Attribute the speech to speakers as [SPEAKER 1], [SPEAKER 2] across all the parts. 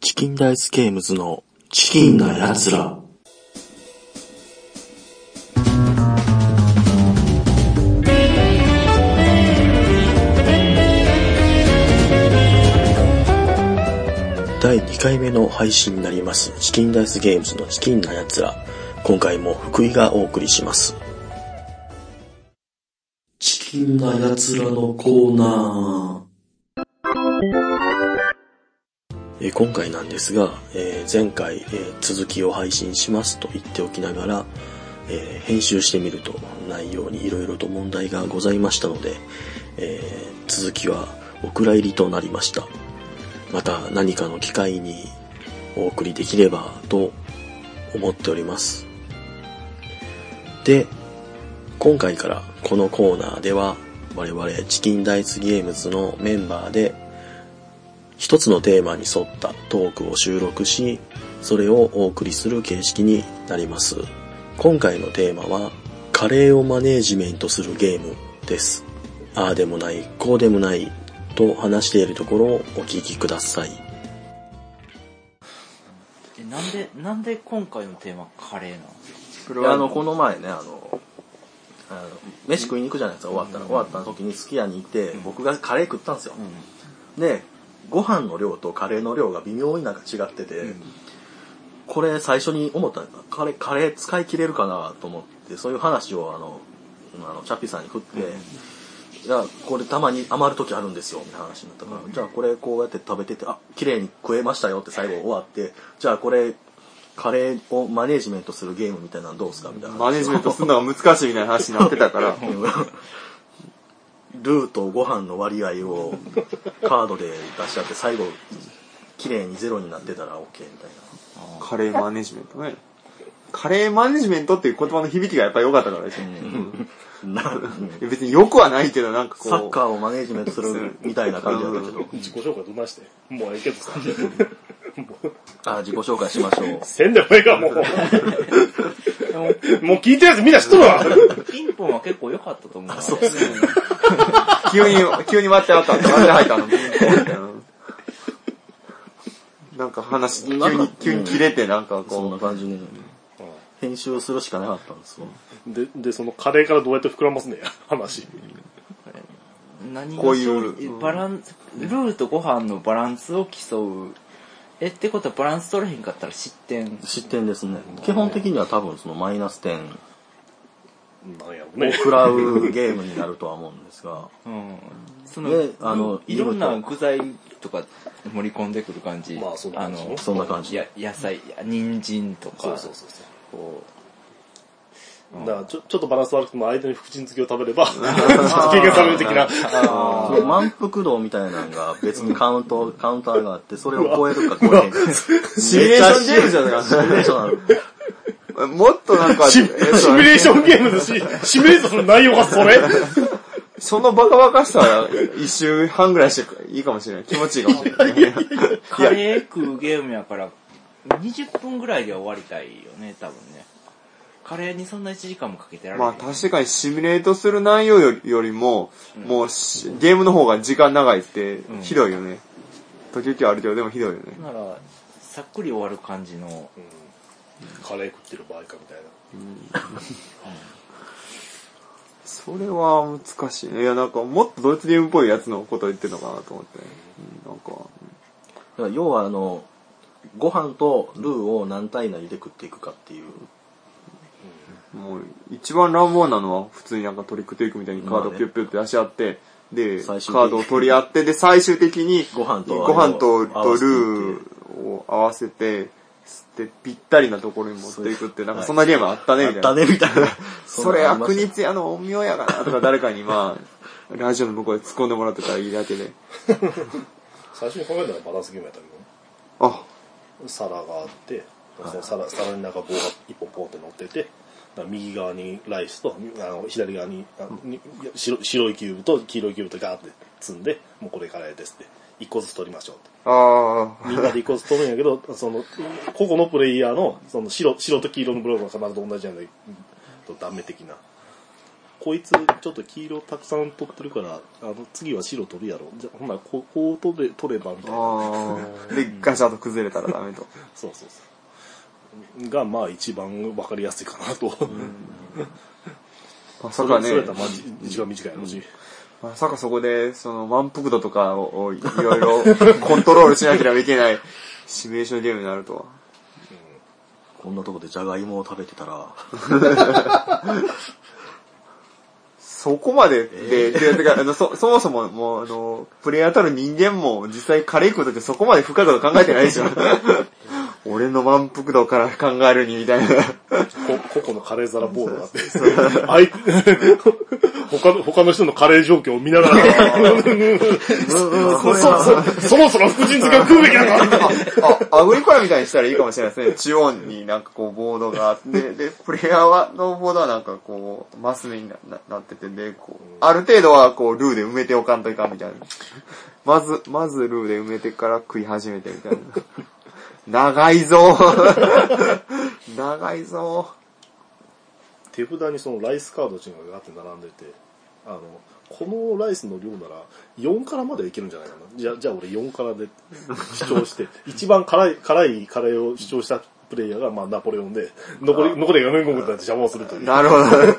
[SPEAKER 1] キンダイスゲームズのチキンな奴ら。第2回目の配信になりますチキンダイスゲームズのチキンな奴ら。今回も福井がお送りします。チキンな奴らのコーナー。えー今回なんですが、えー前回、えー続きを配信しますと言っておきながら、えー編集してみると内容にいろいろと問題がございましたので、えー続きはお蔵入りとなりました。また何かの機会にお送りできればと思っております。で、今回からこのコーナーでは我々チキンダイスゲームズのメンバーで一つのテーマに沿ったトークを収録しそれをお送りする形式になります今回のテーマはカレーをマネージメントするゲームですああでもないこうでもないと話しているところをお聞きください
[SPEAKER 2] えなんでなんで今回のテーマカレーなんですか
[SPEAKER 3] それはあのこの前ねあのあの飯食いに行くじゃないですか終わったら、終わった時にすき家に行って、僕がカレー食ったんですよ、でご飯の量とカレーの量が微妙になんか違ってて、これ最初に思ったんですカレーカレー使い切れるかなと思ってそういう話をあのあのチャッピーさんに振って、いやこれたまに余る時あるんですよみたいな話になったから、じゃあこれこうやって食べててあ綺麗に食えましたよって最後終わってじゃあこれカレーをマネージメントするゲームみたいなのどうですかみたいな
[SPEAKER 4] マネージメントするのが難しいみたいな話になってたから、
[SPEAKER 3] ルーとご飯の割合をカードで出し合って最後綺麗にゼロになってたら OK みたい
[SPEAKER 4] カレーマネージメントね。カレーマネージメントっていう言葉の響きがやっぱり良かったからでしょ。
[SPEAKER 3] なな、うん
[SPEAKER 4] うん別に良くはないけど、なんかこう。
[SPEAKER 3] サッカーをマネージメントするみたいな感じだったけど
[SPEAKER 5] 自己紹介どんなんしてもうええけどさ。
[SPEAKER 3] あ自己紹介しましょう
[SPEAKER 5] せんでもええか、もう。もう聞いてるやつみんな知っとるわ。
[SPEAKER 2] ピンポンは結構良かったと思うな
[SPEAKER 3] そうですね
[SPEAKER 4] 急に、急に割ってあった。割って入ったの。うんなんか話、急
[SPEAKER 3] なん
[SPEAKER 4] に
[SPEAKER 3] か、
[SPEAKER 4] 急に切れて、なんか
[SPEAKER 3] そん
[SPEAKER 4] こ
[SPEAKER 3] な感じに編集するしかなかったんですよ
[SPEAKER 5] で、で、そのカレーからどうやって膨らますねや、話。
[SPEAKER 2] 何が
[SPEAKER 4] こういう
[SPEAKER 2] そうバランスルーとご飯のバランスを競うえってことはバランス取れへんかったら失点
[SPEAKER 3] 失点ですね基本的には多分そのマイナス点
[SPEAKER 5] なんやろね。
[SPEAKER 3] 食らうゲームになるとは思うんですが
[SPEAKER 2] うんそ
[SPEAKER 3] であの
[SPEAKER 2] いいろんな具材とか盛り込んでくる感じ
[SPEAKER 5] まあそう
[SPEAKER 2] あ
[SPEAKER 5] なんでしょ
[SPEAKER 2] の
[SPEAKER 3] そんな感じ
[SPEAKER 2] や野菜いや人参と
[SPEAKER 5] そ
[SPEAKER 2] か
[SPEAKER 5] うそうそうそう。
[SPEAKER 2] こう
[SPEAKER 5] だからちょ、ちょっとバランス悪くても相手に福神漬けを食べれば、ちょっと経験される的な。
[SPEAKER 3] その満腹度みたいなのが別にカウント、カウンターがあって、それを超えるか超えへんか。
[SPEAKER 4] う。シミュレーションゲームじゃない
[SPEAKER 3] シミュレーションある
[SPEAKER 4] か。もっとなんか、
[SPEAKER 5] シ
[SPEAKER 4] え
[SPEAKER 5] ミ
[SPEAKER 4] っと
[SPEAKER 5] シミュレーションゲームだし、シミュレーションする内容がそれ
[SPEAKER 4] そのバカバカしさは一周半ぐらいしていいかもしれない。気持ちいいかもしれない。
[SPEAKER 2] カレー食うゲームやから20分ぐらいで終わりたいよね多分ねカレーにそんな1時間もかけてられへん
[SPEAKER 4] まあ確かにシミュレートする内容よりよりも、もうしゲームの方が時間長いって
[SPEAKER 2] ん
[SPEAKER 4] ひどいよね。時々あるけどでもひどいよね。
[SPEAKER 2] ならさっくり終わる感じの
[SPEAKER 5] カレー食ってる場合かみたいな。
[SPEAKER 4] それは難しいね。いやなんかもっとドイツゲームっぽいやつのこと言ってるのかなと思って。うん、なんか、
[SPEAKER 3] だから 要はあの、ご飯とルーを何対何で食っていくかっていう。
[SPEAKER 4] もう一番乱暴なのは普通になんかトリックテイクみたいにカード
[SPEAKER 3] まあね
[SPEAKER 4] ピュッピュッって出し合って、で、カ
[SPEAKER 3] 最終的
[SPEAKER 4] ー
[SPEAKER 3] に
[SPEAKER 4] ドを取り合って、で、最終的に
[SPEAKER 3] ご飯と
[SPEAKER 4] ご飯と
[SPEAKER 3] 合わ
[SPEAKER 4] と
[SPEAKER 3] せてい
[SPEAKER 4] ル
[SPEAKER 3] って
[SPEAKER 4] ーを合わせて、で、ぴったりなところに持っていくって、なんかそんなゲームあったね、みたいな
[SPEAKER 3] だ。ねみたいな。
[SPEAKER 4] それ
[SPEAKER 3] んなんあ
[SPEAKER 4] 悪
[SPEAKER 3] りまし
[SPEAKER 4] 日屋の陰陽やか なとか誰かにまあ、ラジオの向こうで突っ込んでもらってたらいいだけで。
[SPEAKER 5] 最初に考えたらバランスゲームやったけどね。
[SPEAKER 4] あ、
[SPEAKER 5] 皿があって、その皿皿の中棒が一本ポンって乗ってて、だから右側にライスと、あの左側にあにいや白白いキューブと黄色いキューブとガーって積んで、もうこれカレーですって。一個ずつ取りましょうって。
[SPEAKER 4] あ
[SPEAKER 5] みんなで一個ずつ取るんやけど、 その、個々のプレイヤーの、その白、白と黄色のブロックが必ず同じなんだけど、断面的な。こいつちょっと黄色たくさん取ってるから、あの、次は白取るやろ。じゃあ、ほんならここう取れ、取ればみたいな。
[SPEAKER 4] ああ。で、ガシャッと崩れたらダメと。
[SPEAKER 5] そうそうそう。が、まあ一番わかりやすいかなと。
[SPEAKER 4] まさ
[SPEAKER 5] それ
[SPEAKER 4] か
[SPEAKER 5] は
[SPEAKER 4] ね
[SPEAKER 5] それやったらまあじ時間短いのし。
[SPEAKER 4] まさかそこで、その満腹度とかを いろいろコントロールしなければいけないシミュレーションゲームになるとは。
[SPEAKER 3] こんなとこでジャガイモを食べてた ら、
[SPEAKER 4] そこまでで、でてかあのそ、そもそももう、あの、プレイヤーたる人間も実際カレー食うときそこまで深く考えてない でしょ。俺の満腹度から考えるに、みたいな。
[SPEAKER 5] こ、個々のカレー皿ボードがあって。あい他の、他の人のカレー状況を見ながら、 そ、そ、そそろそろ福神漬けを食うべきなのか
[SPEAKER 4] あ、アグリコラみたいにしたらいいかもしれないですね。中央になんかこうボードがあって、で、プレイヤーはのボードはなんかこう、マス目になななってて、で、こう、ある程度はこう、ルーで埋めておかんといかんみたいな。まず、まずルーで埋めてから食い始めてみたいな。長いぞ長いぞ
[SPEAKER 5] 手札にそのライスカードっていうのがガーって並んでて、あの、このライスの量なら4からまではいけるんじゃないかな。じゃあ、じゃあ俺4からで主張 して、一番辛い、辛いカレーを主張したプレイヤーが、まあナポレオンで、残り、残りが4年後だって邪魔をする という。
[SPEAKER 4] なるほど。
[SPEAKER 5] 5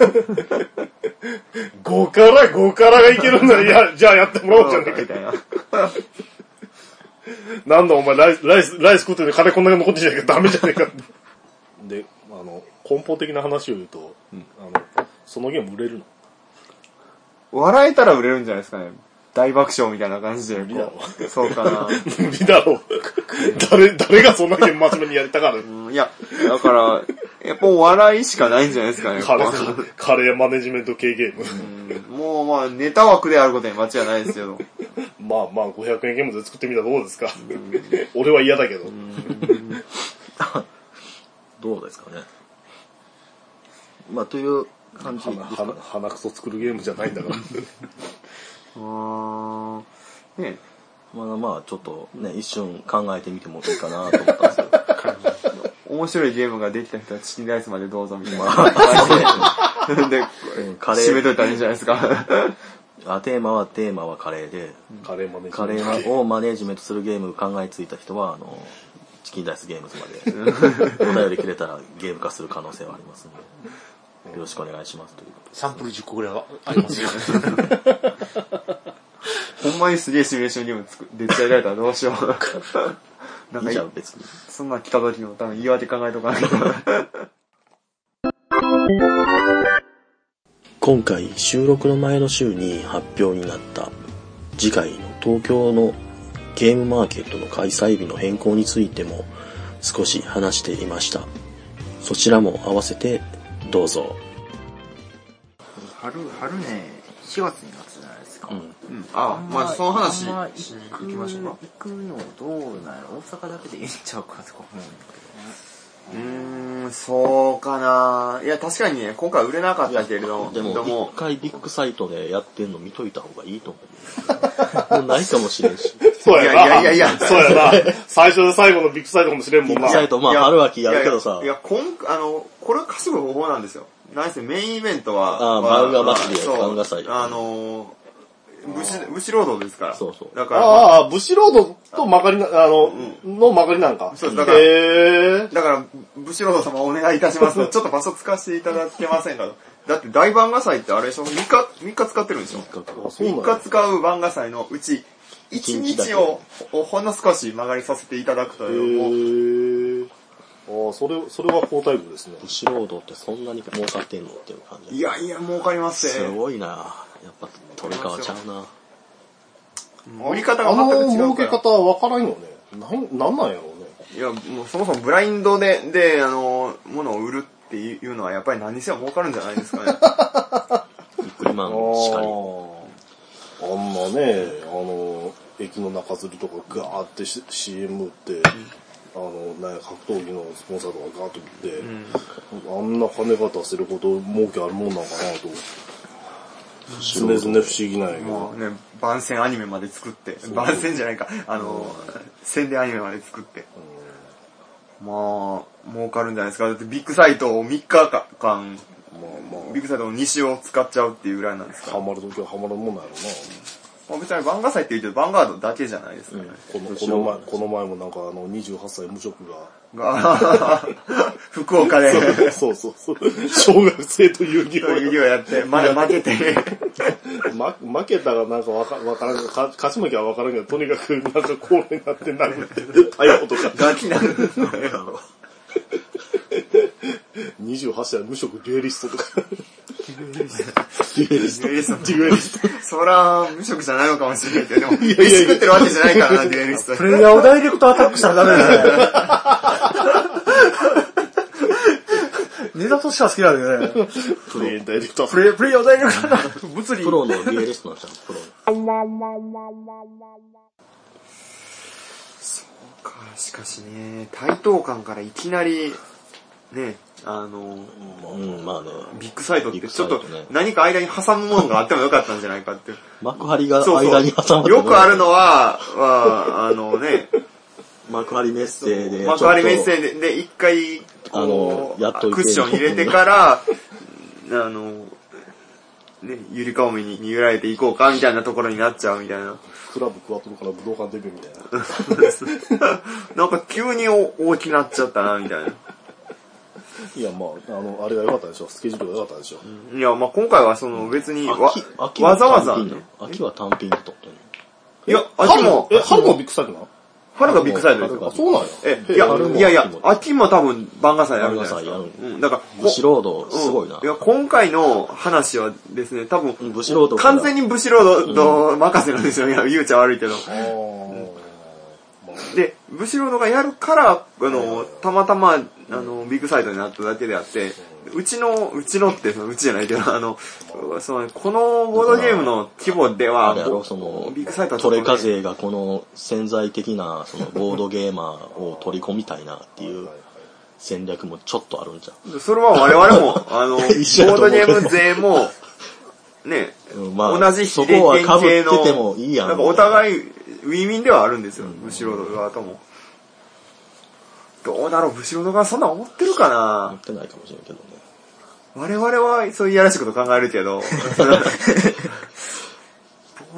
[SPEAKER 5] から5からがいけるんだら、い や、じゃあやってもらおうじゃねえ
[SPEAKER 4] み
[SPEAKER 5] か。
[SPEAKER 4] たいな。
[SPEAKER 5] なんだお前ライス、ライス、ライス食ってて金こんなに残ってんじゃねえか、ダメじゃねえか。で、あの、根本的な話を言うと、あの、そのゲーム売れるの
[SPEAKER 4] 笑えたら売れるんじゃないですかね。大爆笑みたいな感じで。
[SPEAKER 5] 理だろ
[SPEAKER 4] こうそうかな。
[SPEAKER 5] 無理だろう。誰、誰がそんなゲーム真面目にやりたがる
[SPEAKER 4] うんいや、だから、 やっぱ笑いしかないんじゃないですか ね。
[SPEAKER 5] カレー、カレーマネジメント系ゲーム。
[SPEAKER 4] うんもうまあ、ネタ枠であることに間違いないですけど。
[SPEAKER 5] まあまあ、500円ゲームで作ってみたらどうですか俺は嫌だけど。
[SPEAKER 3] どうですかね。まあ、という感じです
[SPEAKER 5] 鼻
[SPEAKER 3] か
[SPEAKER 5] 鼻
[SPEAKER 3] ね。
[SPEAKER 5] 鼻くそ作るゲームじゃないんだから。
[SPEAKER 4] うーん。ね
[SPEAKER 3] まあまあ、ちょっとね、一瞬考えてみてもいいかなと思ったん ですけど。
[SPEAKER 4] 面白いゲームができた人はチキンライスまでどうぞみ たいな。で、
[SPEAKER 3] うんカレ
[SPEAKER 4] 締めと
[SPEAKER 3] ー、
[SPEAKER 4] いたらいいんじゃないですか。
[SPEAKER 3] あ、テーマはテーマはカレーで、
[SPEAKER 5] カレーマネジメント。
[SPEAKER 3] カレーをマネージメントするゲーム考えついた人は、あの、チキンダイスゲームズまで、お便りくれたらゲーム化する可能性はありますので、よろしくお願いしますという。
[SPEAKER 2] サンプル10個ぐらいはありますよ。
[SPEAKER 4] ほんまにすげえシミュレーションゲーム作出ちゃいられたらどうしよ う。なん
[SPEAKER 3] いいじゃ
[SPEAKER 4] か
[SPEAKER 3] ん、、別に。
[SPEAKER 4] そんなん来た時の多分言い訳考えとかないと。
[SPEAKER 1] 今回収録の前の週に発表になった次回の東京のゲームマーケットの開催日の変更についても少し話していましたそちらも合わせてどうぞ
[SPEAKER 6] 春、春ね、4月になったじゃないですか。
[SPEAKER 1] うん
[SPEAKER 4] あ
[SPEAKER 6] ん
[SPEAKER 4] まあその話、
[SPEAKER 6] あんま行
[SPEAKER 4] し
[SPEAKER 6] く
[SPEAKER 4] 行きましょうか。
[SPEAKER 6] 行くのどうなんやろ大阪だけでいいんちゃうかとか思うん
[SPEAKER 4] うーん、そうかな。いや、確かにね、今回売れなかったけれども、
[SPEAKER 3] で
[SPEAKER 4] で
[SPEAKER 3] も、
[SPEAKER 4] も
[SPEAKER 3] 一回ビッグサイトでやってんの見といた方がいいと思う。もうないかもしれんし。ビ
[SPEAKER 5] そうやな。
[SPEAKER 4] いやいやいやいや
[SPEAKER 5] そうやな。最初で最後のビッグサイトかもしれんも
[SPEAKER 3] ッ
[SPEAKER 5] んな
[SPEAKER 3] グ。サイト、ま
[SPEAKER 4] いや
[SPEAKER 3] あ、春秋やるけど
[SPEAKER 4] い
[SPEAKER 3] さ
[SPEAKER 4] やい、や、こん、あの、これを稼ぐ方法なんですよ。なんせメインイベントは、
[SPEAKER 3] ああ
[SPEAKER 4] ま
[SPEAKER 3] 漫画祭りや
[SPEAKER 4] そう
[SPEAKER 3] 漫画祭
[SPEAKER 4] あのー、武士、武士労働ですから。
[SPEAKER 3] そうそう
[SPEAKER 4] だから、
[SPEAKER 5] ああ、ブシロードと曲がりな、あの、の曲がりなんか。
[SPEAKER 4] そうだから
[SPEAKER 5] へえ。
[SPEAKER 4] だから、武士労働様お願いいたし ます。ちょっと場所使わせていただけませんかと。だって大漫画祭ってあれでしょ ?3 日、3日使ってるんでしょ
[SPEAKER 5] そうなん
[SPEAKER 4] ?3
[SPEAKER 5] だ
[SPEAKER 4] 日使う漫画祭のうち、
[SPEAKER 3] 一
[SPEAKER 4] 1
[SPEAKER 3] 日だけ
[SPEAKER 4] 日ををほんの少し曲がりさせていただくと
[SPEAKER 5] へ
[SPEAKER 4] いう、もう
[SPEAKER 5] え。ああ、それ、それは好タイプですね。
[SPEAKER 3] 武士労働ってそんなに儲かってんのっていう感じ。
[SPEAKER 4] いやいや、儲かります
[SPEAKER 3] す
[SPEAKER 4] ね。
[SPEAKER 3] ごいなやっぱ、鳥川ちゃうな
[SPEAKER 4] 盛り方
[SPEAKER 5] あ
[SPEAKER 4] が全
[SPEAKER 5] の
[SPEAKER 4] く違うから。
[SPEAKER 5] 儲け方は分からんよね。なん、なんなんやろうね。
[SPEAKER 4] いや、もうそもそもブラインドで、で、あの、物を売るっていうのは、やっぱり何にせよ儲かるんじゃないですかね。
[SPEAKER 3] ビックリマン
[SPEAKER 5] あ
[SPEAKER 3] しかり。
[SPEAKER 5] ーあんなね、あの、駅の中吊りとかガーってし CM 打って、あの、なんや格闘技のスポンサーとかガーッと打って、あんな金が出せるほど儲けあるもんなんかなと、常々不思議なんやけど
[SPEAKER 4] も。うね、番宣アニメまで作って、番宣じゃないか、あの、宣伝アニメまで作って。まあ、儲かるんじゃないですか。だってビッグサイトを3日間、
[SPEAKER 5] まあま
[SPEAKER 4] ビッグサイトの西を使っちゃうっていうぐらいなんです
[SPEAKER 5] あ、ハ
[SPEAKER 4] か。
[SPEAKER 5] マるときはハマるもんなんやろ
[SPEAKER 4] まあ、別にヴァンガサイって言うけど、ヴァンガードだけじゃないですかね。
[SPEAKER 5] な。この、この前、この前もなんかあの、28歳無職が、
[SPEAKER 4] が 福岡で、
[SPEAKER 5] そうそうそう、小学生と遊戯
[SPEAKER 4] そう
[SPEAKER 5] 王
[SPEAKER 4] いう 授業やって、まだ負けて、
[SPEAKER 5] ま、負けたらなんかわかわからんけど、か勝ち負けはわからんけど、とにかくなんか高齢になって殴って、逮捕とか。
[SPEAKER 4] ガキなんですよ。
[SPEAKER 5] 28歳無職デュエリストとか。デュエリスト。デュエリスト。デュエリスト。
[SPEAKER 4] そら、無職じゃないのかもしれないけど、でも、
[SPEAKER 5] やいや
[SPEAKER 4] 作ってるわけじゃないからな、デュエリスト。
[SPEAKER 3] プレイヤーをダイレクトアタックしたらダメだね。ネタとしては好きなんだけどね。
[SPEAKER 5] プレインダイレクト。
[SPEAKER 3] プレイ、プレイヤーをダイ レクトアタック。物理。
[SPEAKER 1] プロのデュエリストの人プロ
[SPEAKER 4] かしかしね、対等感からいきなり、ね、あの、
[SPEAKER 1] うん、まあね。
[SPEAKER 4] ビッグサイトってちょっ
[SPEAKER 1] ビ
[SPEAKER 4] と
[SPEAKER 1] ッグサイトね
[SPEAKER 4] 何か間に挟むものがあってもよかったんじゃないか って。
[SPEAKER 1] 幕張が
[SPEAKER 4] そう
[SPEAKER 1] 間に挟ま
[SPEAKER 4] そ
[SPEAKER 1] って
[SPEAKER 4] う。よくあるのは、は、あのね、
[SPEAKER 1] 幕張メッセで。
[SPEAKER 4] 幕張メッセでで一回、
[SPEAKER 1] あ
[SPEAKER 4] こ
[SPEAKER 1] の
[SPEAKER 4] う、
[SPEAKER 1] やっと受ける
[SPEAKER 4] クッション入れてから、 あの、ね、ゆりかおめに逃げられていこうかみたいなところになっちゃうみたいな。
[SPEAKER 5] クラブクワトロから武道館デビューみたいな。
[SPEAKER 4] なんか急にお大きくなっちゃったなみたいな。
[SPEAKER 5] いや、まあ、あの、あれが良かったでしょ。スケジュールが良かったでしょ。
[SPEAKER 4] いや、まあ今回はその別にわ
[SPEAKER 1] 秋、秋は
[SPEAKER 4] わざわざ
[SPEAKER 1] 単、品なの秋は単品だと。
[SPEAKER 4] いや、秋も
[SPEAKER 5] え、、春もビッグサイトなの
[SPEAKER 4] 春がビッグサイトですよ
[SPEAKER 5] あ、そうなんや。
[SPEAKER 4] え、い
[SPEAKER 5] へ春
[SPEAKER 4] や、
[SPEAKER 5] も
[SPEAKER 4] いやいや、秋も多分、番賀祭やるじゃないです
[SPEAKER 1] 番
[SPEAKER 4] か。
[SPEAKER 1] 傘
[SPEAKER 4] うん、だから、
[SPEAKER 1] 武士ロード、すごいな。
[SPEAKER 4] うんいや、今回の話はですね、多分、
[SPEAKER 1] 武士ロードから
[SPEAKER 4] 完全に武士ロードの任せなんですよ。いや、言うちゃ悪いけど。
[SPEAKER 5] あー
[SPEAKER 4] で、武士ロードがやるから、あの、たまたま、あの、ビッグサイトになっただけであって、うちの、うちのって、そのうちじゃないけど、あの、その、このボードゲームの規模では、
[SPEAKER 1] あれやろ、その
[SPEAKER 4] ビッグサイト、はち
[SPEAKER 1] ト
[SPEAKER 4] ょっと
[SPEAKER 1] レ
[SPEAKER 4] ね
[SPEAKER 1] カ勢がこの潜在的な、そのボードゲーマーを取り込みたいなっていう戦略もちょっとあるんじゃ
[SPEAKER 4] それは我々も、あの、ボ
[SPEAKER 1] 一緒だ
[SPEAKER 4] ー
[SPEAKER 1] と思
[SPEAKER 4] ド
[SPEAKER 1] うけ
[SPEAKER 4] ゲ
[SPEAKER 1] ど
[SPEAKER 4] ーム勢も、ね、
[SPEAKER 1] ん。うんまあ、
[SPEAKER 4] 同じ
[SPEAKER 1] そ
[SPEAKER 4] 比
[SPEAKER 1] こは
[SPEAKER 4] 例
[SPEAKER 1] 被
[SPEAKER 4] 典
[SPEAKER 1] って
[SPEAKER 4] 系の、
[SPEAKER 1] てもいいやん。
[SPEAKER 4] なんかお互い、ウィンウィンではあるんですよ、ブシロード側とも。どうだろう、ブシロード側そんな思ってるか
[SPEAKER 1] や
[SPEAKER 4] な
[SPEAKER 1] ってないかもしれんけどね。
[SPEAKER 4] 我々はそういういやらしいこと考えるけ ど、ボー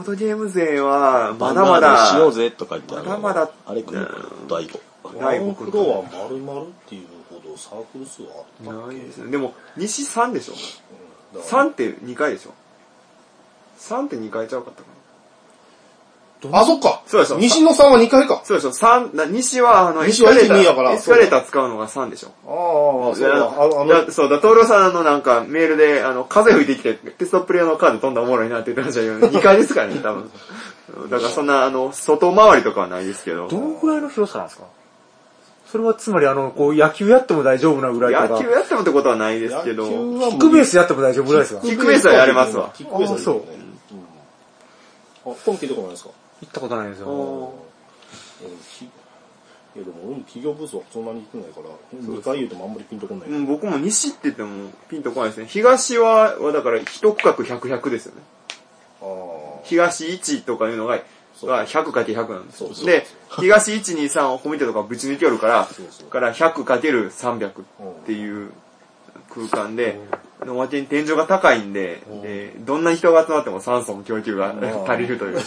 [SPEAKER 4] ドゲーム勢は、まだま
[SPEAKER 1] バンダーでしよ
[SPEAKER 4] だ
[SPEAKER 1] う、ぜとか言って、あの
[SPEAKER 4] まだまだ
[SPEAKER 1] あれくん、大悟。
[SPEAKER 5] ワ
[SPEAKER 4] 第
[SPEAKER 5] ン
[SPEAKER 4] 5
[SPEAKER 5] フ
[SPEAKER 4] 区
[SPEAKER 5] ロア丸々っていうほどサークル数はあったっ
[SPEAKER 4] ない
[SPEAKER 5] け
[SPEAKER 4] ですね。でも、西3でしょ
[SPEAKER 5] だから
[SPEAKER 4] ?3 って2回でしょ ?3 って2回ちゃうかったかな
[SPEAKER 5] あ、そっか。
[SPEAKER 4] そうでしょ
[SPEAKER 5] 西野さんは2回か。
[SPEAKER 4] そうでしょ三な西は、あの、エ
[SPEAKER 5] 西
[SPEAKER 4] ス
[SPEAKER 5] は
[SPEAKER 4] カレータ
[SPEAKER 5] 12やから
[SPEAKER 4] ー、エスカレーター使うのが3でしょ。
[SPEAKER 5] ああ、そう
[SPEAKER 4] いや
[SPEAKER 5] だ。ああの
[SPEAKER 4] だ、そうだ、東郎さんのなんかメールで、あの、風吹いてきて、テストプレイヤーのカード飛んだらおもろいなって言ってましたけ ど、2回ですからね、多分。だからそんな、あの、外回りとかはないですけど。
[SPEAKER 6] どのぐらいの広さなんですかそれはつまりあの、こう野球やっても大丈夫なぐらいと
[SPEAKER 4] 野
[SPEAKER 6] か
[SPEAKER 4] 球、やってもってことはないですけど、
[SPEAKER 5] 野球
[SPEAKER 4] キ
[SPEAKER 5] は
[SPEAKER 6] キ
[SPEAKER 5] も
[SPEAKER 6] ッ
[SPEAKER 5] う
[SPEAKER 6] クベースやっても大丈夫ぐらいですか行
[SPEAKER 4] ックベースはやれますわ。
[SPEAKER 5] キックベースはいいよね
[SPEAKER 6] あ
[SPEAKER 5] うんあ、コミケとかないですか
[SPEAKER 6] ったことないですよ。
[SPEAKER 4] お
[SPEAKER 5] うんきいやでも俺も企業ブースはそんなに行ってないから、2回言うてもあんまりピンとこない。
[SPEAKER 4] ーうん、僕も西って言ってもピンとこないですね。東は、はだから一区画100、100ですよね。
[SPEAKER 5] ああ。
[SPEAKER 4] 東1とかいうのが、が 100×100 なんです
[SPEAKER 5] そうそう
[SPEAKER 4] で、東1、2、3をコミテとかぶち抜きよるから、
[SPEAKER 5] そうそう
[SPEAKER 4] から 100×300 っていう空間で、のわけに天井が高いんで、で、どんな人が集まっても酸素の供給が足りるという。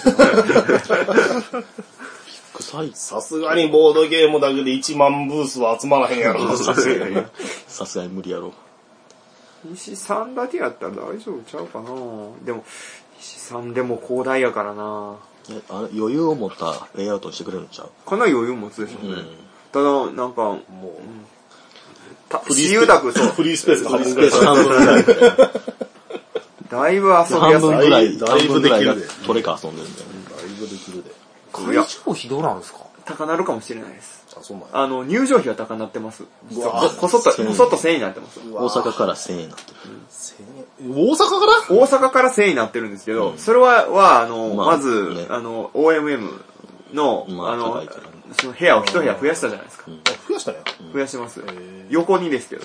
[SPEAKER 1] 臭い、
[SPEAKER 5] さすがにボードゲームだけで1万ブースは集まらへんやろ。
[SPEAKER 1] さすがに無理やろ。
[SPEAKER 4] 西3だけやったら大丈夫ちゃうかなでも、西3でも広大やからな
[SPEAKER 1] えあの余裕を持ったレイアウトにしてくれるんちゃう
[SPEAKER 4] かなり余裕持つでしょうね。ただ、なんか、
[SPEAKER 5] もう、
[SPEAKER 4] た私有宅、そう、
[SPEAKER 5] フリースペース半分ぐらい。
[SPEAKER 1] 半分ぐらい。
[SPEAKER 4] だいぶ遊び
[SPEAKER 1] 半
[SPEAKER 4] やす
[SPEAKER 1] 分
[SPEAKER 4] い。
[SPEAKER 1] ぐらい、
[SPEAKER 5] だい
[SPEAKER 1] 半
[SPEAKER 5] ぶ
[SPEAKER 1] 分
[SPEAKER 5] で
[SPEAKER 1] ぐ
[SPEAKER 5] き
[SPEAKER 1] ら
[SPEAKER 5] る
[SPEAKER 1] い
[SPEAKER 5] で
[SPEAKER 1] がトレカ遊んでるんだよね。
[SPEAKER 5] だいぶできるで。
[SPEAKER 6] 会場費どうなんですか
[SPEAKER 4] 高なるかもしれないです。
[SPEAKER 5] あ、そうなんや。
[SPEAKER 4] あの、入場費は高なってます。
[SPEAKER 5] うわ
[SPEAKER 4] こそっと、こそっと1000円になってます。
[SPEAKER 1] 大阪から1000円になってる。
[SPEAKER 5] 千円大阪から
[SPEAKER 4] 大阪から1000円になってるんですけど、それは、は、あの、
[SPEAKER 1] ま
[SPEAKER 4] ま
[SPEAKER 1] あ
[SPEAKER 4] ず、
[SPEAKER 1] ね
[SPEAKER 4] あの、OMM の、
[SPEAKER 1] まあ
[SPEAKER 4] あ
[SPEAKER 1] 高
[SPEAKER 4] の
[SPEAKER 1] いからね、
[SPEAKER 4] その部屋を一部屋増やしたじゃないですか。
[SPEAKER 5] あ増やしたんや。
[SPEAKER 4] 増やしてます
[SPEAKER 5] ー。
[SPEAKER 4] 横にですけど。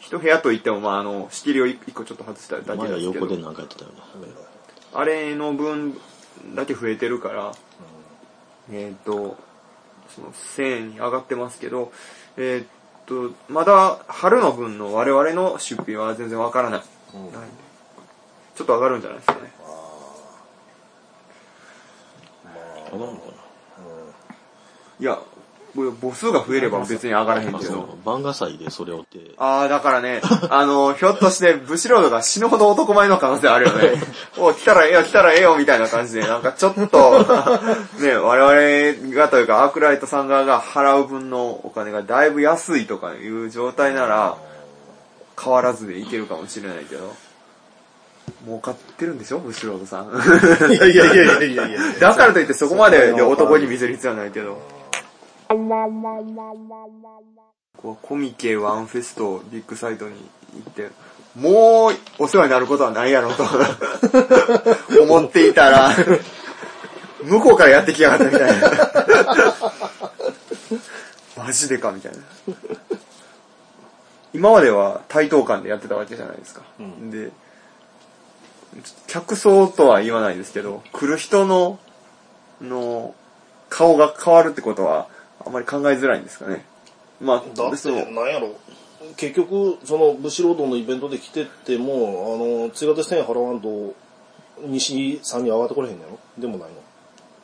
[SPEAKER 4] 一部屋といっても、まあ、あの、仕切りを一一個ちょっと外しただけ
[SPEAKER 1] 前
[SPEAKER 4] なん
[SPEAKER 1] は
[SPEAKER 4] ですけ
[SPEAKER 1] 横で
[SPEAKER 4] ど、
[SPEAKER 1] なんかやってたよね。
[SPEAKER 4] あれの分だけ増えてるから、えっ、と、その1000円に上がってますけど、えーっと、まだ春の分の我々の出費は全然わからない。ないんでちょっと上がるんじゃないですかね。
[SPEAKER 1] 上がるのか
[SPEAKER 4] いや、ぼ母数が増えれば別に上がらへ
[SPEAKER 1] な、
[SPEAKER 4] ん
[SPEAKER 1] まあ、
[SPEAKER 4] け
[SPEAKER 1] そ
[SPEAKER 4] ど。
[SPEAKER 1] の番賀祭でそれをって
[SPEAKER 4] あー、だからね、あの、ひょっとして、ブシロードが死ぬほど男前の可能性あるよね。お、来たらええよ、来たらええよ、みたいな感じで、なんかちょっと、ね、我々がというか、アークライトさん側が払う分のお金がだいぶ安いとかいう状態なら、変わらずでいけるかもしれないけど。儲かってるんでしょ、ブシロードさん。
[SPEAKER 5] いやいやいやいやいやいや。
[SPEAKER 4] だからといってそこまで男に見せる必要はないけど。こうコミケワンフェストビッグサイトに行って、もうお世話になることはないやろと 思っていたら、向こうからやってきやがったみたいな。 マジでかみたいな。今までは対等感でやってたわけじゃないですか。で、客層とは言わないですけど、来る人の、の、顔が変わるってことは、あんまり考えづらいんですかね。まあ、
[SPEAKER 5] だっ
[SPEAKER 4] 別
[SPEAKER 5] て、
[SPEAKER 4] に
[SPEAKER 5] なんやろ。結局、その、武士労働のイベントで来てっても、あの、追加で1000円払わんと、西さんに上がってこれへんのやろでもないの。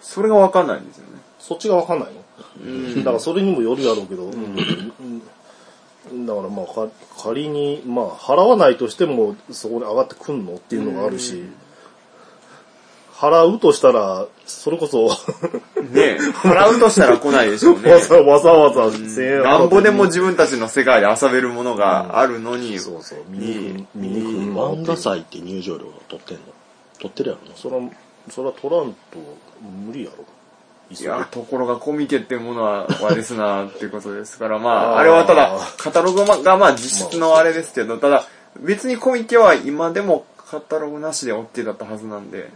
[SPEAKER 4] それがわかんないんですよね。
[SPEAKER 5] そっちがわかんないの。だからそれにもよるやろうけど、うんだからまあか仮に、まあ払わないとしてもそこに上がってくんのっていうのがあるし、払うとしたら、それこそ
[SPEAKER 4] ねえ、払うとしたら来ないでしょ うね。
[SPEAKER 5] わざわざわざ1000円払って
[SPEAKER 4] なんぼでも自分たちの世界で遊べるものがあるのに、
[SPEAKER 5] そうそう、見にく見にくいなっていう
[SPEAKER 1] 漫画祭って入場料が取ってんの取ってるやろな
[SPEAKER 5] そら、そら取らんと無理やろ。
[SPEAKER 4] いや、ところがコミケってものは、はですなっていうことですから、まあ、
[SPEAKER 5] あー
[SPEAKER 4] あれはただ、カタログがまあ実質のあれですけど、ただ、別にコミケは今でもカタログなしで OK だったはずなんで、
[SPEAKER 5] いや、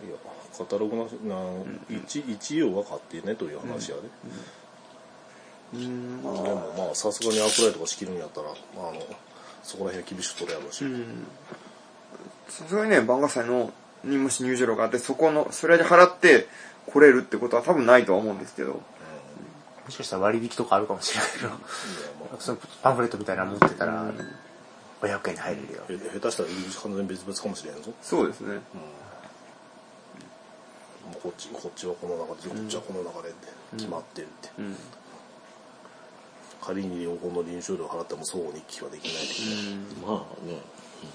[SPEAKER 5] カタログなし、な、一、一応は買ってねという話やで。
[SPEAKER 4] うん、
[SPEAKER 5] でもまあ、さすがにアウトライトが仕切るんやったら、まあ、あの、そこら辺は厳しく取るやろうし。
[SPEAKER 4] さすがにね、番賀祭の、にもし入場料があって、そこの、それで払って来れるってことは多分ないとは思うんですけど、
[SPEAKER 6] もしかしたら割引とかあるかもしれないけど、そのパンフレットみたいなの持ってたら、500円に入れるよ。
[SPEAKER 5] へ下手したら入り口完全に別々かもしれんぞ。
[SPEAKER 4] そうですね。
[SPEAKER 5] もうこっち、こっちはこの中で、こっちはこの中でって、決まってるって。
[SPEAKER 4] うん。
[SPEAKER 5] 仮にこの臨床料払っても相互に一気はできない的な
[SPEAKER 1] まあね、うんよ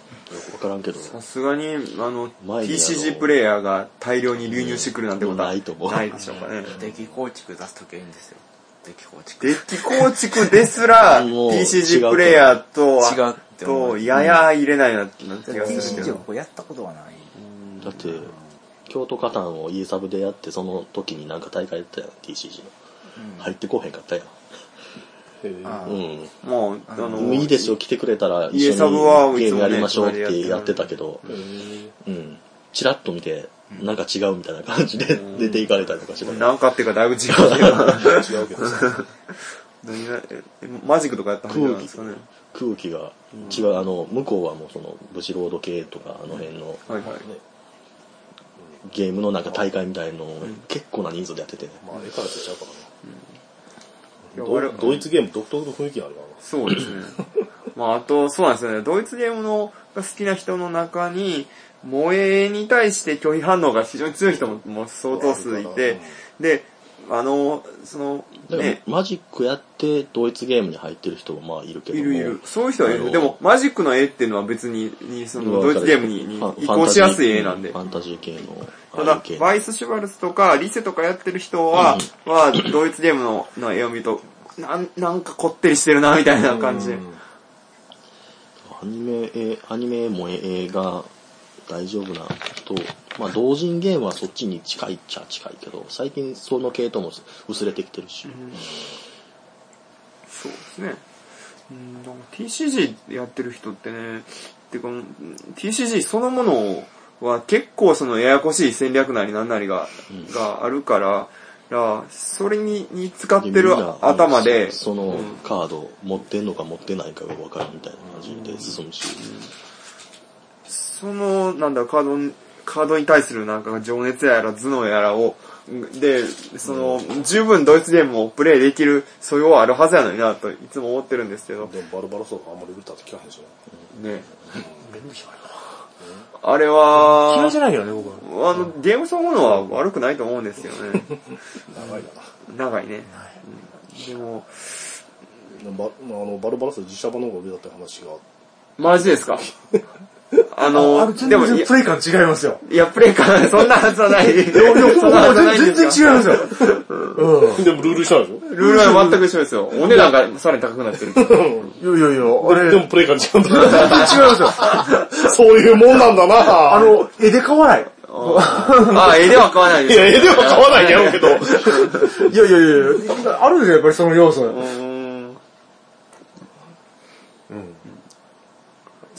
[SPEAKER 1] くわからんけど
[SPEAKER 4] さすがに、あの、
[SPEAKER 1] 前にあの
[SPEAKER 4] TCG プレイヤーが大量に流入してくるなんてことは
[SPEAKER 1] ないと思う
[SPEAKER 4] ないでしょうかね。
[SPEAKER 2] デッキ構築出すときはいいんですよ。デッキ構築。
[SPEAKER 4] デッキ構築です ら、
[SPEAKER 1] もう
[SPEAKER 4] TCG プレイヤーとは、
[SPEAKER 2] 違うって思う
[SPEAKER 4] と、やや入れないなって気がするけ
[SPEAKER 6] TCG を
[SPEAKER 4] ど。
[SPEAKER 6] こうやったことがない。
[SPEAKER 1] だって京都カタンを E サブでやってその時になんか大会やったやん TCG の、入ってこうへんかったやん
[SPEAKER 5] へえ
[SPEAKER 6] あ
[SPEAKER 1] うん
[SPEAKER 4] もう、あの、
[SPEAKER 1] もういいですよ来てくれたら一
[SPEAKER 4] E サ
[SPEAKER 1] 緒に
[SPEAKER 4] ブは
[SPEAKER 1] ゲー
[SPEAKER 4] いつ
[SPEAKER 1] ム
[SPEAKER 4] もね
[SPEAKER 1] やりましょうってやってたけど
[SPEAKER 5] へえ
[SPEAKER 1] うんチラッと見てなんか違うみたいな感じで 出ていかれたりとかしてた
[SPEAKER 4] なんかっていうかだいぶ違うけど
[SPEAKER 5] 違うけ どさ。
[SPEAKER 4] 何がえマジックとかやったんじゃないですかね。
[SPEAKER 1] 空気が違うあの向こうはもうそのブシロード系とかあの辺の
[SPEAKER 4] はいはい。
[SPEAKER 1] ゲームのなんか大会みたいのを結構な人数でやっててね
[SPEAKER 5] まあ、絵から出ちゃうからね。
[SPEAKER 4] いや俺
[SPEAKER 5] ドドイツゲーム独特の雰囲気があるからな。
[SPEAKER 4] そうです ね。まあ、あと、そうなんですよね。ドイツゲームのが好きな人の中に、萌えに対して拒否反応が非常に強い人ももう相当数いて、で、あの、その、
[SPEAKER 1] だから
[SPEAKER 4] ね、
[SPEAKER 1] マジックやってドイツゲームに入ってる人もまあいるけど
[SPEAKER 4] い
[SPEAKER 1] も
[SPEAKER 4] るいる。そういう人はい
[SPEAKER 1] あ
[SPEAKER 4] る。
[SPEAKER 1] の
[SPEAKER 4] でも、マジックの絵っていうのは別に、にそのドイツゲームにに
[SPEAKER 1] ファン
[SPEAKER 4] 移行しやすい絵なんで
[SPEAKER 1] フ。ァンタジー系の
[SPEAKER 4] た
[SPEAKER 1] ああい
[SPEAKER 4] だ
[SPEAKER 1] う系、の
[SPEAKER 4] バイス・シュバルツとか、リセとかやってる人は、は、ドイツゲームのの絵を見ると、なん、なんかこってりしてるな、みたいな感じで。
[SPEAKER 1] アニメえアニメも映画大丈夫な人まあ同人ゲームはそっちに近いっちゃ近いけど最近その系統も薄れてきてるし、
[SPEAKER 4] そうですね。うん、でも TCG やってる人ってね、てか、うん TCG そのものは結構そのややこしい戦略なりなんなりが、があるから、だからそれにに使って
[SPEAKER 1] みん
[SPEAKER 4] る
[SPEAKER 1] な
[SPEAKER 4] 頭で、
[SPEAKER 1] そそのカード持ってんのか持ってないかが分からんみたいな感じで進むし、
[SPEAKER 4] その、なんだ、カードカードに対するなんか情熱やら頭脳やらを、で、その、十分ドイツゲームをプレイできる素養はあるはずやのになといつも思ってるんですけど、
[SPEAKER 5] でもバルバロスとかあんまり売れたって聞かへんし
[SPEAKER 4] ね。
[SPEAKER 6] めんどいわ
[SPEAKER 4] あれ
[SPEAKER 6] な嫌
[SPEAKER 4] はい
[SPEAKER 6] じ、ゃないけどね、僕は。
[SPEAKER 4] あの、ゲームそのものは悪くないと思うんですよね。
[SPEAKER 5] な長いな
[SPEAKER 4] 長いね。うんでも、
[SPEAKER 5] でもバあのバルバロス自社版の方が上だって話が
[SPEAKER 4] マジですかあ
[SPEAKER 6] あ
[SPEAKER 4] の
[SPEAKER 6] れ、全
[SPEAKER 4] でも、い
[SPEAKER 6] 然プレイ感違いますよ。
[SPEAKER 4] や、いやプレイ感、 そんなはずはない。そんなはずはないん
[SPEAKER 6] 全
[SPEAKER 4] です
[SPEAKER 6] 然
[SPEAKER 4] か
[SPEAKER 6] 違いますよ。うん。
[SPEAKER 5] でもルール一緒なんでし
[SPEAKER 4] ルールは全く一緒ですよ。お値段がさらに高くなってる。
[SPEAKER 6] いやいやいや、あれ、
[SPEAKER 5] ょでも
[SPEAKER 6] 全
[SPEAKER 5] プレイ感違うんだ
[SPEAKER 6] 然 違いますよ。
[SPEAKER 5] そういうもんなんだな
[SPEAKER 6] あの、絵で買わない。
[SPEAKER 4] ああ、絵では買わないで
[SPEAKER 5] い
[SPEAKER 4] す。
[SPEAKER 5] や絵では買わないやろうけど
[SPEAKER 6] いやいやいやいや、あるじゃん、やっぱりその要素。
[SPEAKER 4] うーん。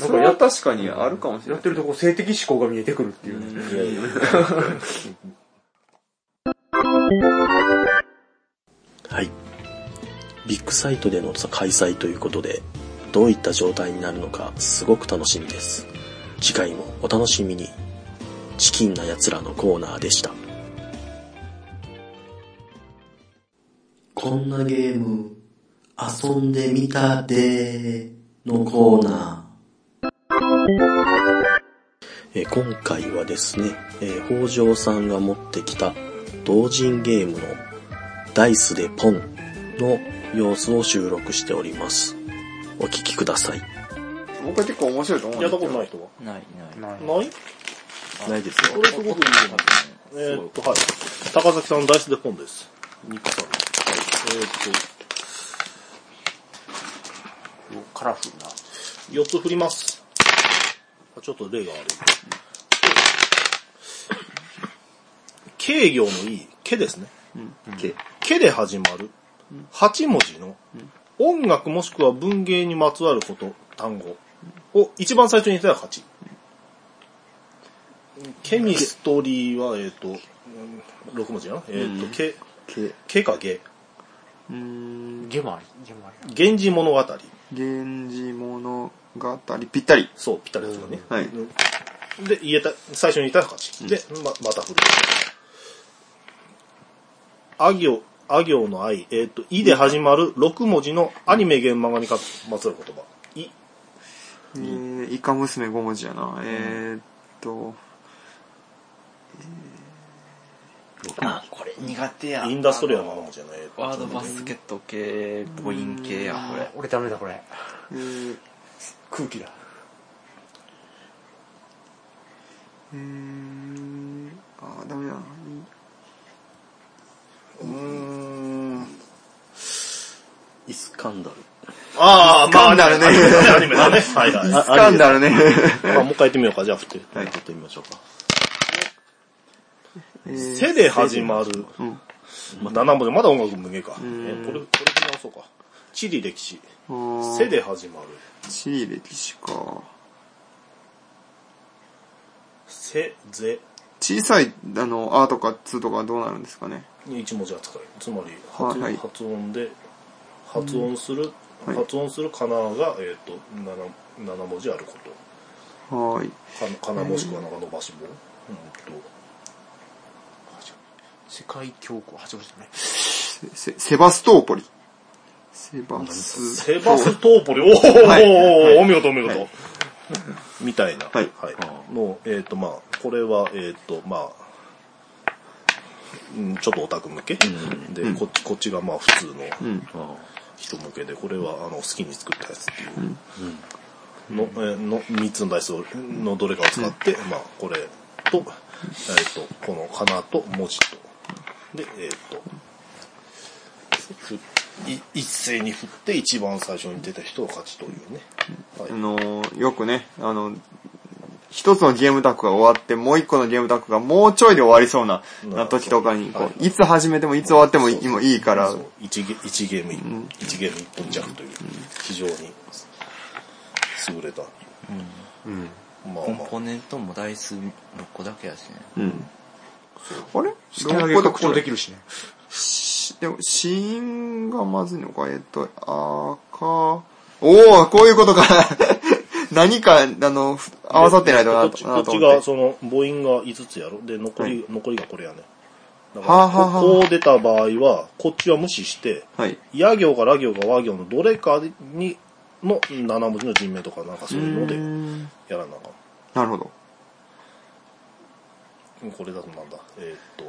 [SPEAKER 6] なん
[SPEAKER 4] そ
[SPEAKER 6] か
[SPEAKER 4] れ
[SPEAKER 6] や
[SPEAKER 4] は
[SPEAKER 6] っ
[SPEAKER 4] 確かにあるかもしれ
[SPEAKER 6] や
[SPEAKER 4] な
[SPEAKER 6] っ
[SPEAKER 4] い。
[SPEAKER 6] てるとこう性的思考が見えてくるっていうね。
[SPEAKER 5] いやいや
[SPEAKER 1] はい。ビッグサイトでの開催ということで、どういった状態になるのかすごく楽しみです。次回もお楽しみに。チキンな奴らのコーナーでした。
[SPEAKER 7] こんなゲーム、遊んでみたでーのコーナ
[SPEAKER 1] えー今回はですね、えー北条さんが持ってきた同人ゲームのダイスでポンの様子を収録しております。お聞きください。
[SPEAKER 4] 僕は結構面白いと思うん
[SPEAKER 5] や
[SPEAKER 4] で
[SPEAKER 5] っ
[SPEAKER 4] す
[SPEAKER 5] た
[SPEAKER 4] けど
[SPEAKER 5] ことない人は
[SPEAKER 2] ないない
[SPEAKER 5] ない
[SPEAKER 1] ないです
[SPEAKER 5] こ
[SPEAKER 1] よ。
[SPEAKER 5] れすごくいいんじゃないえーっと、はい。高崎さん、ダイスでポンです。ニックさん。えーっ
[SPEAKER 6] カラフルな。
[SPEAKER 5] と、4つ振ります。あちょっと例が悪い。軽行のいい、けですね。け。けで始まる、8文字の、音楽もしくは文芸にまつわること、単語を一番最初に言ったら8。ケミストリーは、えーっと、6文字やな。えーっと、け、
[SPEAKER 3] け、
[SPEAKER 5] けかげ、
[SPEAKER 6] ゲもあり、ゲもあり。
[SPEAKER 5] 源氏物語。
[SPEAKER 4] 源氏物語、ぴったり。
[SPEAKER 5] そう、ぴったりですよね。
[SPEAKER 4] はい。
[SPEAKER 5] で、言えた、最初に言ったら勝ち。で、ま、また振る。あ行、あ行の愛、えっ、と、いで始まる6文字のアニメ原漫画にかまつわる言葉。い、
[SPEAKER 4] えー、イカ娘5文字やな。えーっと、
[SPEAKER 2] あこれ苦手や
[SPEAKER 5] インダストリアの7文字やね。えーと
[SPEAKER 2] ワードバスケット系母音系やこれ
[SPEAKER 6] 俺ダメだ、これ。
[SPEAKER 4] えー、
[SPEAKER 6] 空気だ。
[SPEAKER 4] うーん、あー、ダメだな。
[SPEAKER 5] うーん。
[SPEAKER 1] イスカンダル。
[SPEAKER 5] ああ、まあ、
[SPEAKER 4] スカンダルね
[SPEAKER 5] アニメだ ね。アニメだね。はいはい。
[SPEAKER 4] スカンダルね。
[SPEAKER 5] まあ、もう一回やってみようか。じゃあ振って。
[SPEAKER 4] はい
[SPEAKER 5] 振ってみましょうか。
[SPEAKER 4] えー
[SPEAKER 5] せで始まる。
[SPEAKER 4] うん
[SPEAKER 5] まあ、7文字、まだ音楽無限か。え
[SPEAKER 4] ん
[SPEAKER 5] ーこれ、これ見直そうか。地理歴史。
[SPEAKER 4] あー
[SPEAKER 5] せで始まる。
[SPEAKER 4] 地理歴史か。
[SPEAKER 5] せ、ぜ、
[SPEAKER 4] 小さい、あの、あとかつとかはどうなるんですかね。
[SPEAKER 5] に一文字扱い。つまり発、
[SPEAKER 4] はいはい
[SPEAKER 5] 発音で、発音する、
[SPEAKER 4] はい
[SPEAKER 5] 発音するかなが、えっ、と、7、7文字あること。
[SPEAKER 4] はーい。
[SPEAKER 5] かな、かなもしくは長伸ばし棒。うんと、
[SPEAKER 6] 世界恐慌、始まったね。
[SPEAKER 4] セ、セバストーポリ。セバス。
[SPEAKER 5] セバストーポリ、おお、
[SPEAKER 4] はい
[SPEAKER 5] お見事お見事、みたいな。
[SPEAKER 4] はい
[SPEAKER 5] の、えっ、と、まあ、これは、えっ、と、まあ、うんちょっとオタク向け、で、こっち、こっちがまあ普通の
[SPEAKER 4] うん。
[SPEAKER 5] 人向けで、これはあの好きに作ったやつっていう。の、えーの、3つのダイスをのどれかを使って、まあ、これと、えっ、と、この花と文字と。で、えっ、と、ふい一斉に振って一番最初に出た人が勝ちというね。はい
[SPEAKER 4] あのー、よくね、あの、一つのゲームタックが終わって、もう一個のゲームタックがもうちょいで終わりそうな、な時とかに、こう、いつ始めてもいつ終わってもいいいいから
[SPEAKER 5] そう、1ゲ一ゲーム1、一ゲーム1分弱という、非常に優れた。まあ
[SPEAKER 2] コン
[SPEAKER 5] まあ
[SPEAKER 2] ポーネントも台数6個だけやしね
[SPEAKER 4] うん。あれ
[SPEAKER 6] 下投げ
[SPEAKER 4] ど
[SPEAKER 6] 拡
[SPEAKER 4] こ
[SPEAKER 6] 張
[SPEAKER 4] だ
[SPEAKER 6] で
[SPEAKER 4] っけ
[SPEAKER 6] きるしね。
[SPEAKER 4] しでも、死因がまずいのか、えっと、あーか、おー、こういうことか。 何か、あの、ふ合わさってないと
[SPEAKER 5] こ
[SPEAKER 4] な
[SPEAKER 5] っ
[SPEAKER 4] と
[SPEAKER 5] ち
[SPEAKER 4] な
[SPEAKER 5] こっ
[SPEAKER 4] と
[SPEAKER 5] ち
[SPEAKER 4] 思
[SPEAKER 5] が、
[SPEAKER 4] って。
[SPEAKER 5] その、母音が5つやろ。で、残り、残りがこれやね。だか
[SPEAKER 4] は
[SPEAKER 5] ら、
[SPEAKER 4] あはあはあ
[SPEAKER 5] ここう出た場合は、こっちは無視して、
[SPEAKER 4] はい。
[SPEAKER 5] や行から行か和行のどれかに、の7文字の人名とかなんかそういうので、やらなあかん。
[SPEAKER 4] なるほど。
[SPEAKER 5] これだとなんだ。えーっと、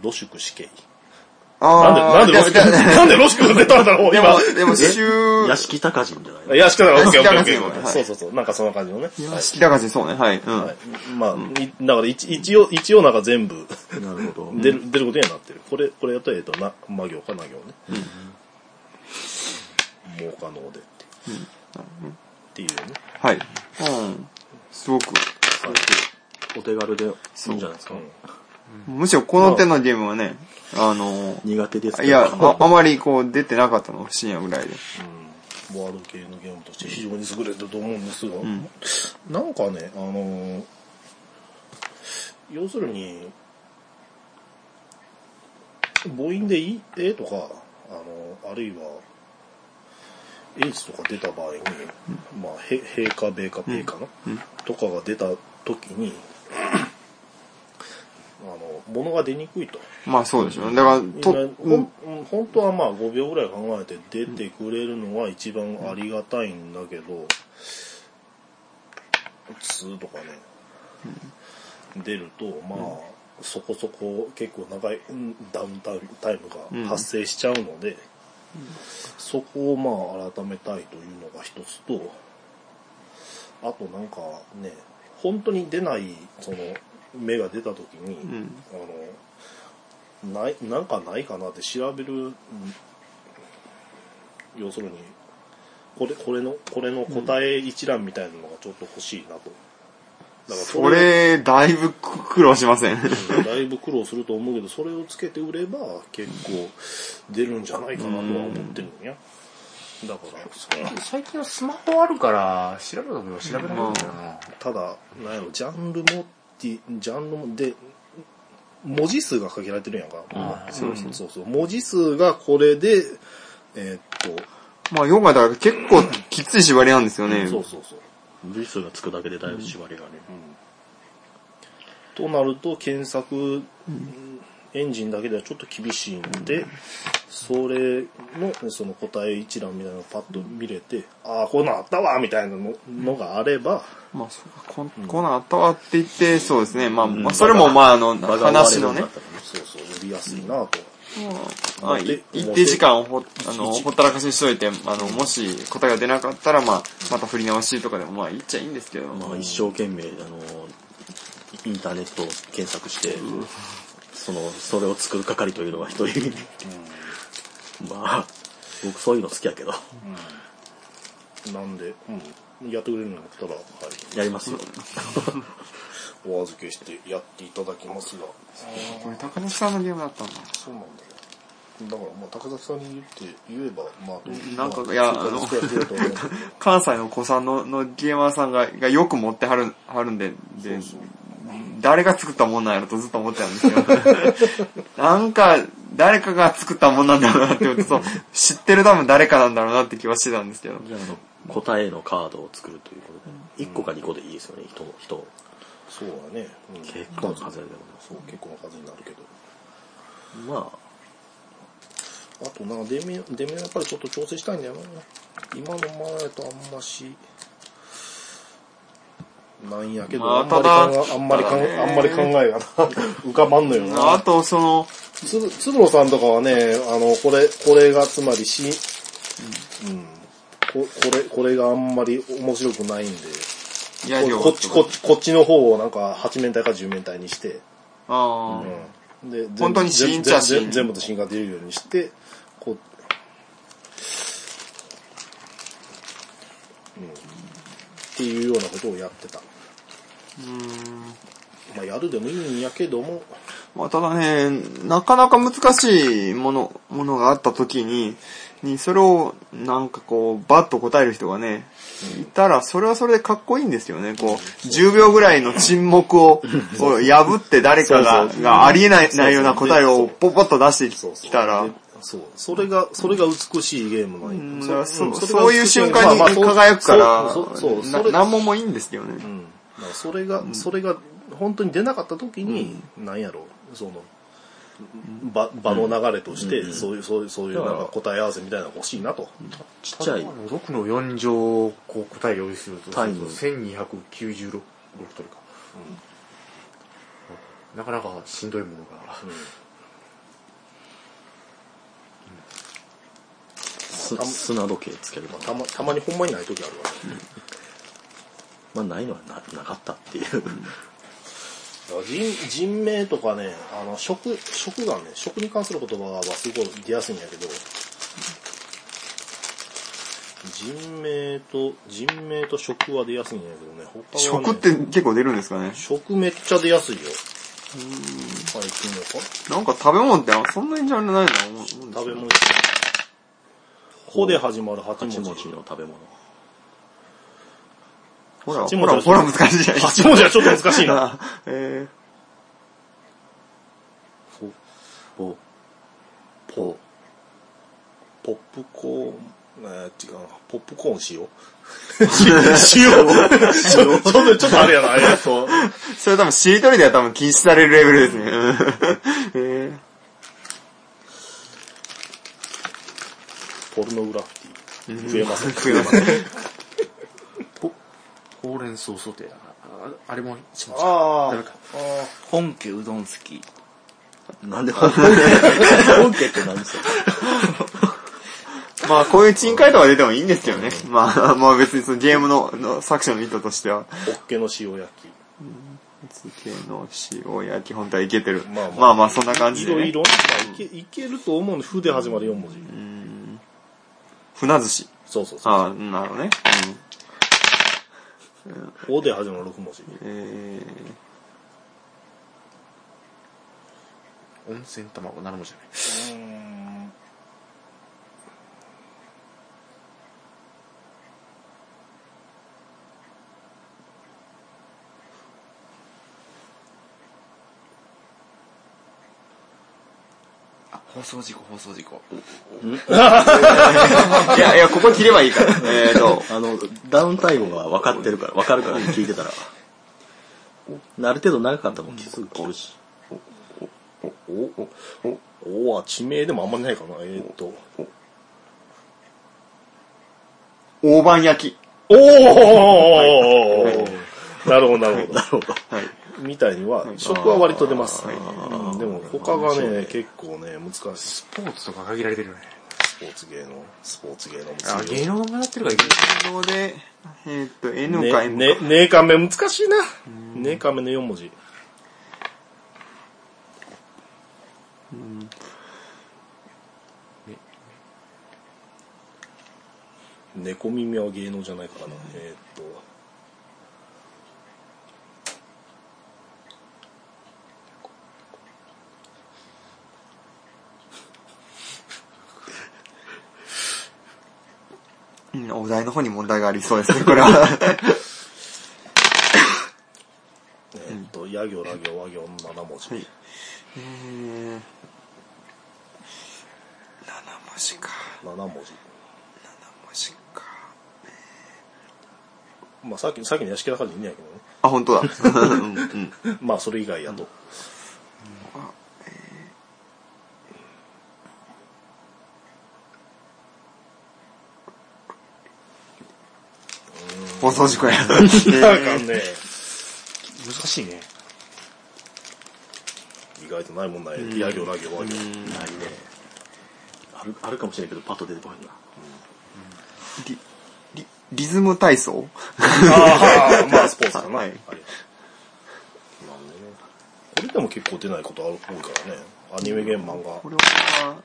[SPEAKER 5] 露宿死刑。なんで、
[SPEAKER 4] あ
[SPEAKER 5] な
[SPEAKER 4] あ、
[SPEAKER 5] んで露宿、 なんで露宿出たんだろう、
[SPEAKER 4] で
[SPEAKER 5] 今
[SPEAKER 4] も。、でも、週、
[SPEAKER 3] 屋敷高人じゃない
[SPEAKER 5] いや、しかない、オッケーオッケーオッケ
[SPEAKER 4] はい
[SPEAKER 5] ー。そうそうそう、なんかそんな感じのね。
[SPEAKER 4] 屋敷高人、そうね。はい。うん。
[SPEAKER 5] はい。まあ、いだから一一応、一応なんか全部
[SPEAKER 3] なるほど。
[SPEAKER 5] 出る、出ることにはなってる。これ、これやったら、えっと、な、魔行かな行ね。もう可能でって。っていうね。
[SPEAKER 4] はい。うん。すごく。
[SPEAKER 3] お手軽でいいんじゃないですか。
[SPEAKER 4] むしろこの手のゲームはね、あの、
[SPEAKER 3] 苦手ですけど。
[SPEAKER 4] いや、ああまりこう出てなかったの、深夜ぐらいで。
[SPEAKER 5] ワード系のゲームとして非常に優れてると思うんですが、なんかね、あのー要するに、母音でいいえとか、あのーあるいは、エースとか出た場合に、まあ、へ、へかべかべかな、とかが出た時に、あの、物が出にくいと。
[SPEAKER 4] まあそうでしょう。だから、と、
[SPEAKER 5] 今ほ
[SPEAKER 4] うん
[SPEAKER 5] んうん本当はまあ5秒ぐらい考えて出てくれるのは一番ありがたいんだけど「つ」とかね出るとまあそこそこ結構長いうんダウンタイムタイムが発生しちゃうのでそこをまあ改めたいというのが一つとあとなんかね本当に出ないその芽が出た時に、あのないなんかないかなって調べるうん要するにこれこれのこれの答え一覧みたいなのがちょっと欲しいなと。だから
[SPEAKER 4] それ、だいぶ苦労しません。
[SPEAKER 5] うんだいぶ苦労すると思うけどそれをつけて売れば結構出るんじゃないかなとは思ってるんや。だから
[SPEAKER 6] 最近はスマホあるから、調べたも調べられるんだよな。
[SPEAKER 5] ただなんやろジャンルもってジャンルもで文字数が限られてるやんか、そうそうそうそう文字数がこれでえーっと
[SPEAKER 4] まあ、4回だから結構きつい縛りなんですよね。
[SPEAKER 5] そうそうそう。
[SPEAKER 3] 文字数がつくだけでだいぶ縛りがある。
[SPEAKER 5] となると検索エンジンだけではちょっと厳しいので、それのその答え一覧みたいなのをパッと見れて、ああ、こんなんあったわみたいなののがあれば、
[SPEAKER 4] まあ、そうか、こん、こんなんあったわって言って、そうですね。まあ、まあ、それも、まあ、あの、話のね、
[SPEAKER 5] そうそう、呼びやすいなと。
[SPEAKER 4] まあ、
[SPEAKER 5] で
[SPEAKER 4] い一定時間をほ、あの、
[SPEAKER 5] 一
[SPEAKER 4] ほったらかしにしといて、あの、もし答えが出なかったら、まあ、また振り直しとかでも、まあ、言っちゃいいんですけど。
[SPEAKER 1] まあ、一生懸命、あの、インターネットを検索して、その、それを作る係というのが一人、まあ、僕そういうの好きやけど、
[SPEAKER 5] なんで、うんやってくれるのだったら、はい、
[SPEAKER 1] やりますよ。
[SPEAKER 5] お預けしてやっていただきますが、
[SPEAKER 4] これ、高西さんのゲームだったんだ。
[SPEAKER 5] そうなんだよ。だから、まあ、高崎さんに言って、言えば、まあどう、
[SPEAKER 4] なんか
[SPEAKER 5] ま
[SPEAKER 4] いや
[SPEAKER 5] そうか
[SPEAKER 4] あの
[SPEAKER 5] そうやってやると思うんだけど
[SPEAKER 4] 関西の子さんののゲーマーさんががよく持ってはるはるんでで誰が作ったもんなんやろとずっと思ってたんですけど なんか誰かが作ったもんなんだろうなって思ってそう知ってる多分誰かなんだろうなって気はしてたんですけど
[SPEAKER 1] じゃあ、あの、答えのカードを作るということで、1個か2個でいいですよね、人を、人を。
[SPEAKER 5] そうだね。うん
[SPEAKER 1] 結構な数でございま
[SPEAKER 5] そう、結構な数になるけど。
[SPEAKER 1] す。まあ、
[SPEAKER 5] あとな、出目、出目やっぱりちょっと調整したいんだよな。今の前とあんまし、なんやけど、
[SPEAKER 4] まあ
[SPEAKER 5] あんまり考えあんまり考え、あんまり考えがな、浮かばんのよ
[SPEAKER 4] あ
[SPEAKER 5] な。
[SPEAKER 4] とその
[SPEAKER 5] つぶ、つぶろさんとかはね、あの、これ、これがつまりし、うん、こ、これ、これがあんまり面白くないんで、
[SPEAKER 4] やり
[SPEAKER 5] こ
[SPEAKER 4] を
[SPEAKER 5] こっち、こっち、こっちの方をなんか8面体か10面体にして、
[SPEAKER 4] あー
[SPEAKER 5] で全部
[SPEAKER 4] 本当にシーンっちゃシーン
[SPEAKER 5] 全部全部とシーンが出るようにしてこう、うん、っていうようなことをやってたまあやるでもいいんやけども
[SPEAKER 4] まあ、ただね、なかなか難しいもの、ものがあった時に、に、それを、なんかこう、バッと答える人がね、いたら、それはそれでかっこいいんですよね。こう、10秒ぐらいの沈黙を、 を破って誰かが、がありえない、ないような答えをポポッと出してきたら
[SPEAKER 5] で、そう。それが、それが美しいゲームなん
[SPEAKER 3] うん
[SPEAKER 5] よ
[SPEAKER 3] そ
[SPEAKER 5] れ
[SPEAKER 3] う
[SPEAKER 5] が
[SPEAKER 3] そういう
[SPEAKER 5] 美しゲー
[SPEAKER 3] 瞬
[SPEAKER 5] ム
[SPEAKER 3] 間に
[SPEAKER 5] まあまあそう
[SPEAKER 3] 輝くから、
[SPEAKER 5] そう、そう、そ
[SPEAKER 3] な
[SPEAKER 5] れ、
[SPEAKER 3] なんももいいんですけどね。
[SPEAKER 5] うん。だからそれが、それが、本当に出なかった時に、なんやろう、その、場場の流れとして、そういう、そういう、そういう、なんか答え合わせみたいなのが欲しいなと。
[SPEAKER 1] ちっちゃい。
[SPEAKER 6] 6の4乗をこう答え用意すると、
[SPEAKER 1] タイム
[SPEAKER 6] 1296取りか、なかなかしんどいものが、
[SPEAKER 1] す砂時計つける
[SPEAKER 5] まあたま、たまにほんまにない時あるわね。
[SPEAKER 1] まあないのはななかったっていう。
[SPEAKER 5] だから人人名とかね、あの食、食がね、食に関する言葉はすごい出やすいんやけど、人名と、人名と食は出やすいんやけどね、他は、ね、
[SPEAKER 3] 食って結構出るんですかね。
[SPEAKER 5] 食めっちゃ出やすいよ。最近のか
[SPEAKER 3] なんか食べ物ってそんなにジャンルないな思う思うんです
[SPEAKER 5] 食べ
[SPEAKER 3] けど。
[SPEAKER 5] 物。ほで始まる八文字。
[SPEAKER 1] 8文字の食べ物。
[SPEAKER 3] ほら、
[SPEAKER 5] 八
[SPEAKER 3] ほ
[SPEAKER 5] 文字
[SPEAKER 3] ら、ほら難しいじゃないです
[SPEAKER 5] 八文字はちょっと難しいな。
[SPEAKER 3] か。え
[SPEAKER 1] ポ、ポ、
[SPEAKER 5] ポップコーン、えー、違うな、ポップコーン塩塩ちょっと、ちょっとあれやな、あれやと。
[SPEAKER 3] ー、それ多分しりとりでは多分禁止されるレベルですね。 え
[SPEAKER 5] ポルノグラフィティ。増えません。
[SPEAKER 3] ー、食いません
[SPEAKER 6] ほうれん草ソテーだから、ああれもしました。
[SPEAKER 2] あ
[SPEAKER 6] ダメ
[SPEAKER 2] あ
[SPEAKER 6] か。
[SPEAKER 2] 本家うどん好き
[SPEAKER 1] なん で本家本家って何ですか
[SPEAKER 3] まあこういう珍解とか出てもいいんですけどね。 まあ、まあ別にそのゲームのの作者の意図としては。
[SPEAKER 5] ホッケの塩焼
[SPEAKER 3] 系の塩焼き本体いけてる。
[SPEAKER 5] ま
[SPEAKER 3] ま
[SPEAKER 5] あ
[SPEAKER 3] あ
[SPEAKER 5] まあ
[SPEAKER 3] まあ、そんな感
[SPEAKER 5] き。
[SPEAKER 3] じ
[SPEAKER 5] い
[SPEAKER 3] で、
[SPEAKER 5] ろ
[SPEAKER 3] ね。
[SPEAKER 5] いろ、まあいけいけると思うんで、ふで始まる4文字。
[SPEAKER 3] 船寿司。
[SPEAKER 5] そうそうそう。
[SPEAKER 3] ああ、なるほどね。
[SPEAKER 5] おで始まる6文字。
[SPEAKER 3] うん。え
[SPEAKER 6] 温泉卵、なるもじゃない。
[SPEAKER 2] あ放送事故放送事故
[SPEAKER 3] ー、いや、いや、ここ切ればいいから。えーと、
[SPEAKER 1] あの、ダウンタイムは分かってるから、分かるから、聞いてた ら。ある程度長かったらもん、すぐ切るし。
[SPEAKER 5] お、お、お、おは地名でもあんまりないかな。えーっと。
[SPEAKER 3] 大判焼き。
[SPEAKER 5] おーなるほど、なるほど。
[SPEAKER 3] はい。
[SPEAKER 5] みたいには、食は割と出ます。
[SPEAKER 3] はい
[SPEAKER 5] うんでも他がね、結構ね、難しい。ス
[SPEAKER 6] スポーツとか限られてるよね。
[SPEAKER 5] ポーツ芸の、スポーツ芸の
[SPEAKER 6] あ、
[SPEAKER 5] 難しい
[SPEAKER 6] 芸
[SPEAKER 5] よ。
[SPEAKER 6] 能がやってるからいける。
[SPEAKER 3] ので、えっと、N か
[SPEAKER 5] ね、
[SPEAKER 3] M か。
[SPEAKER 5] ね、ねえかめ難しいな。ねえかめの4文字。猫耳は芸能じゃないからな。えーっと。
[SPEAKER 3] うんお題の方に問題がありそうですね、こ れは。
[SPEAKER 5] えーっと、や行、ら行、和行の7文字。
[SPEAKER 3] えー、7文字か。
[SPEAKER 5] 7文字。
[SPEAKER 3] 7文字か。
[SPEAKER 5] まあ、さっき、さっきの屋敷中でいいんやけど
[SPEAKER 3] あ、本当だ。 うんうん
[SPEAKER 5] ね。まあ、それ以外やと。
[SPEAKER 3] 放送事故や。
[SPEAKER 5] なんかね、
[SPEAKER 6] 難しいね。
[SPEAKER 5] 意外とないもんない。や行、ら行、
[SPEAKER 1] な
[SPEAKER 5] 和行。
[SPEAKER 1] いね。ある、あるかもしれないけど、パッと出てこへんな。
[SPEAKER 3] リリリズム体操
[SPEAKER 5] ああ、まあ、スポーツかな。
[SPEAKER 3] は
[SPEAKER 5] はいい。まあね。これでも結構出ないことある多いからね。アニメゲーム漫画
[SPEAKER 3] こ。れは、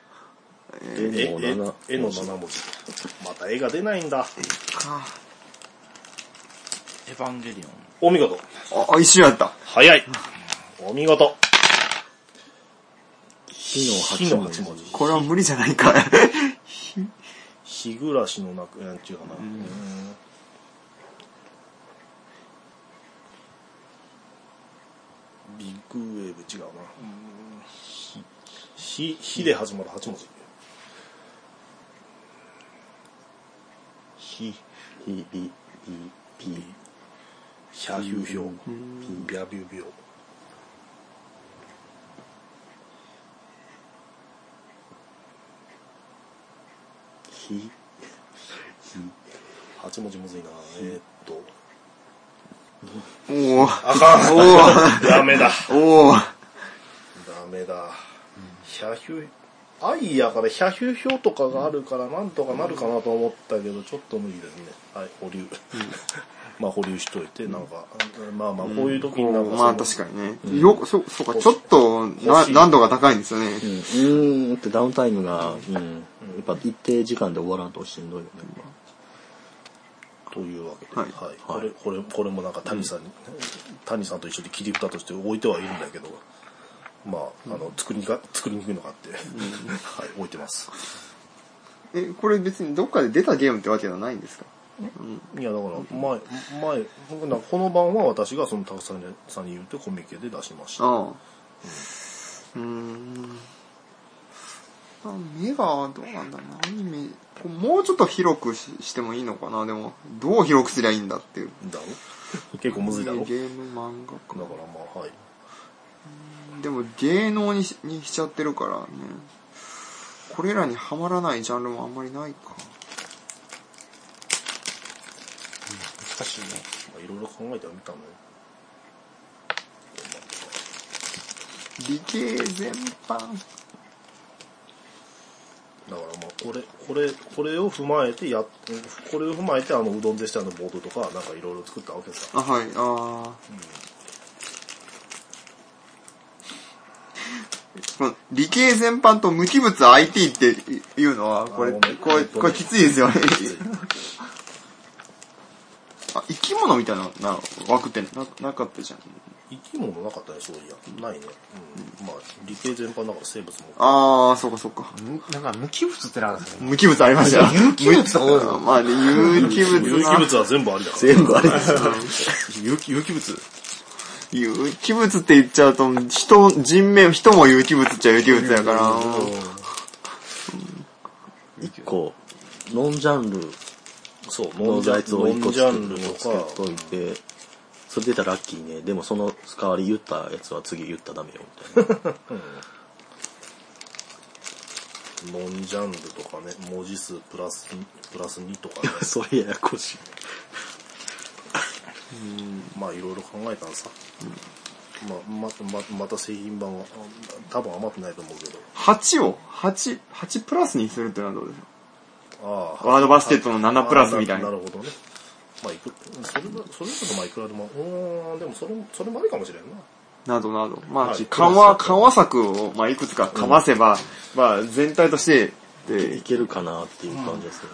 [SPEAKER 5] 絵
[SPEAKER 1] え、
[SPEAKER 5] 絵
[SPEAKER 1] 7、
[SPEAKER 5] 絵の7文字。また絵が出ないんだ。
[SPEAKER 3] か。
[SPEAKER 2] エヴァンゲリオン
[SPEAKER 5] お見事。
[SPEAKER 3] あ、あ一瞬やった。
[SPEAKER 5] 早い。お見事。
[SPEAKER 1] 火の
[SPEAKER 5] 火
[SPEAKER 1] 8
[SPEAKER 5] の
[SPEAKER 1] 文
[SPEAKER 5] 8
[SPEAKER 1] 字。
[SPEAKER 5] 文字。
[SPEAKER 3] これは無理じゃないか。
[SPEAKER 5] 日暮らしの中、なんちゅうかな。うんビッグウェーブ違うな。ひ、ひ、ひで始まる8文字。
[SPEAKER 1] ひ、ひ、び、び、び、
[SPEAKER 5] ヒャヒューヒョウ、ビャビュービョウ。
[SPEAKER 1] ひ、
[SPEAKER 5] 八文字むずいなえーっと。
[SPEAKER 3] おぉ、
[SPEAKER 5] あかんダメだ。
[SPEAKER 3] おぉ、
[SPEAKER 5] ダメだ。ヒャヒュー、アイやからヒャヒューヒョウとかがあるからなんとかなるかなと思ったけど、ちょっと無理ですね。はい、保留。 まあ保留しといて、なんか、まあまあこういう時になんかその、
[SPEAKER 3] まあ確かにね。よ、そ、そうか、ちょっと、な、難度が高いんですよね
[SPEAKER 1] う。ん、うーんってダウンタイムが、うん、やっぱ一定時間で終わらんとしんどいよね。
[SPEAKER 5] というわけで、は
[SPEAKER 3] はいい
[SPEAKER 5] これこれこれもなんか谷さんに、谷さんと一緒に切り札として置いてはいるんだけどまああの作りにか作りにくいのがあって、はい置いてます
[SPEAKER 3] え、これ別にどっかで出たゲームってわけではないんですか
[SPEAKER 5] いやだから前前なんかこの版は私がそのたくさんにさんに言うてコミケで出しました
[SPEAKER 3] ああ。うーん。あ目がどうなんだろうな。アニメ、こうもうちょっと広くししてもいいのかな。でも、どう広くすりゃいいんだっていう。
[SPEAKER 5] だろ結構むずいだろだか
[SPEAKER 3] ゲーム漫画
[SPEAKER 5] ら
[SPEAKER 3] か。
[SPEAKER 5] まあはい
[SPEAKER 3] でも芸能にしにしちゃってるからね。これらにはまらないジャンルもあんまりないか。
[SPEAKER 5] 難しいねまあいろいろ考えてはみたのよ
[SPEAKER 3] 理系全般。
[SPEAKER 5] だからまあこれこれこれを踏まえてやっこれを踏まえてあのうどんでしたのボードとかなんかいろいろ作ったわけさ
[SPEAKER 3] あ、はい、あーこの理系全般と無機物 IT っていうのは、これ、
[SPEAKER 5] あご
[SPEAKER 3] こ
[SPEAKER 5] めん
[SPEAKER 3] れ、これきついですよね。あ、生き物みたいな、な、枠ってな、なかったじゃん。
[SPEAKER 5] 生き物なかったねそういやないね、うん、まあ理系全般だから生物も
[SPEAKER 3] あー、そうかそうか。
[SPEAKER 4] むなんか無機物ってなんですね。
[SPEAKER 3] 無機物ありましたよ。
[SPEAKER 4] 有機物とか多いの
[SPEAKER 3] まあ、ね、有機物
[SPEAKER 5] 有機
[SPEAKER 3] な。
[SPEAKER 5] 物は全部ありだから
[SPEAKER 1] 全部あれですよ。
[SPEAKER 5] 有機有機物
[SPEAKER 3] 有機物って言っちゃうと、人、人命、人も有機物っちゃ有機物やから。
[SPEAKER 1] 一個、ノンジャンル
[SPEAKER 5] そうノ
[SPEAKER 1] の
[SPEAKER 5] ンジャ
[SPEAKER 1] やつを一
[SPEAKER 5] ンノ
[SPEAKER 1] 個
[SPEAKER 5] ンジャンルと
[SPEAKER 1] つけ
[SPEAKER 5] か
[SPEAKER 1] といて、それ出たらラッキーね。でもその代わり言ったやつは次言ったらダメよ、みたいな。
[SPEAKER 5] ノンジャンルとかね文字数プラスプラス2とか ね
[SPEAKER 1] それややこしい。
[SPEAKER 5] まあいろいろ考えたんさ、まあまままた製品版はあ多分余ってないと思うけど
[SPEAKER 3] 8を、8、8プラスにするってのはどうですか
[SPEAKER 5] ああ
[SPEAKER 3] ワードバスケットの7プラスみたいな
[SPEAKER 5] あなるほどね。まあ、いく、それは、それだとまあ、いくらでも、うーん、でもそれも、それもありかもしれんな。
[SPEAKER 3] などなど。ま
[SPEAKER 5] は
[SPEAKER 3] あ
[SPEAKER 5] い、
[SPEAKER 3] 緩和、緩和策を、まあ、いくつかかませば、まあ、全体として、
[SPEAKER 1] い
[SPEAKER 3] で、
[SPEAKER 1] けるかなっていう感じですね。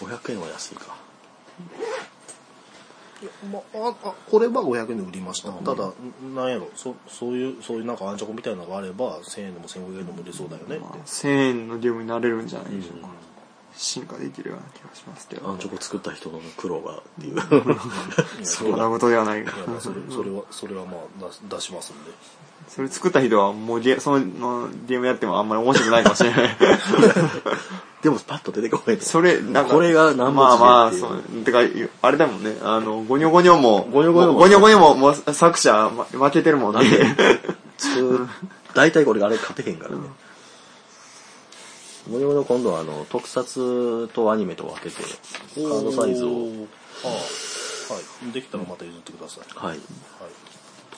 [SPEAKER 1] 500円は安いか。
[SPEAKER 5] まあ、あ、これは500円で売りました。ただ、なんやろ、そ、そういう、そういうなんか安直みたいなのがあれば、1000円でも1500円でも売れそうだよねって。
[SPEAKER 3] まあ1000円のゲームになれるんじゃないでしょうか。進化できるような気がしますけ
[SPEAKER 1] あ
[SPEAKER 3] ど
[SPEAKER 1] ん。チョコ作った人の苦労がって いう。
[SPEAKER 3] そんなことではないが
[SPEAKER 5] いや、まあ、それ、それは、それはまあ、出し出しますんで。
[SPEAKER 3] それ作った人は、もうゲ、そのゲームやってもあんまり面白くないかもしれ ない。
[SPEAKER 1] でもパッと出てこないと。
[SPEAKER 3] それ、なんか、
[SPEAKER 1] これが何
[SPEAKER 3] まあ
[SPEAKER 1] 文
[SPEAKER 3] まあ、
[SPEAKER 1] 字でっていう
[SPEAKER 3] そう。てか、あれだもんね、あの、ゴニョゴニョも、
[SPEAKER 1] ゴニョゴニョも
[SPEAKER 3] ゴニョゴニョも、もう作者、ま負けてるもんね。
[SPEAKER 1] 普通、大体これがあれ勝てへんからね。無料の今度はあの、特撮とアニメと分けて、カードサイズ
[SPEAKER 5] お
[SPEAKER 1] を、
[SPEAKER 5] ー。ああ、はい。できたらまた譲ってください。
[SPEAKER 1] はい。
[SPEAKER 5] はい。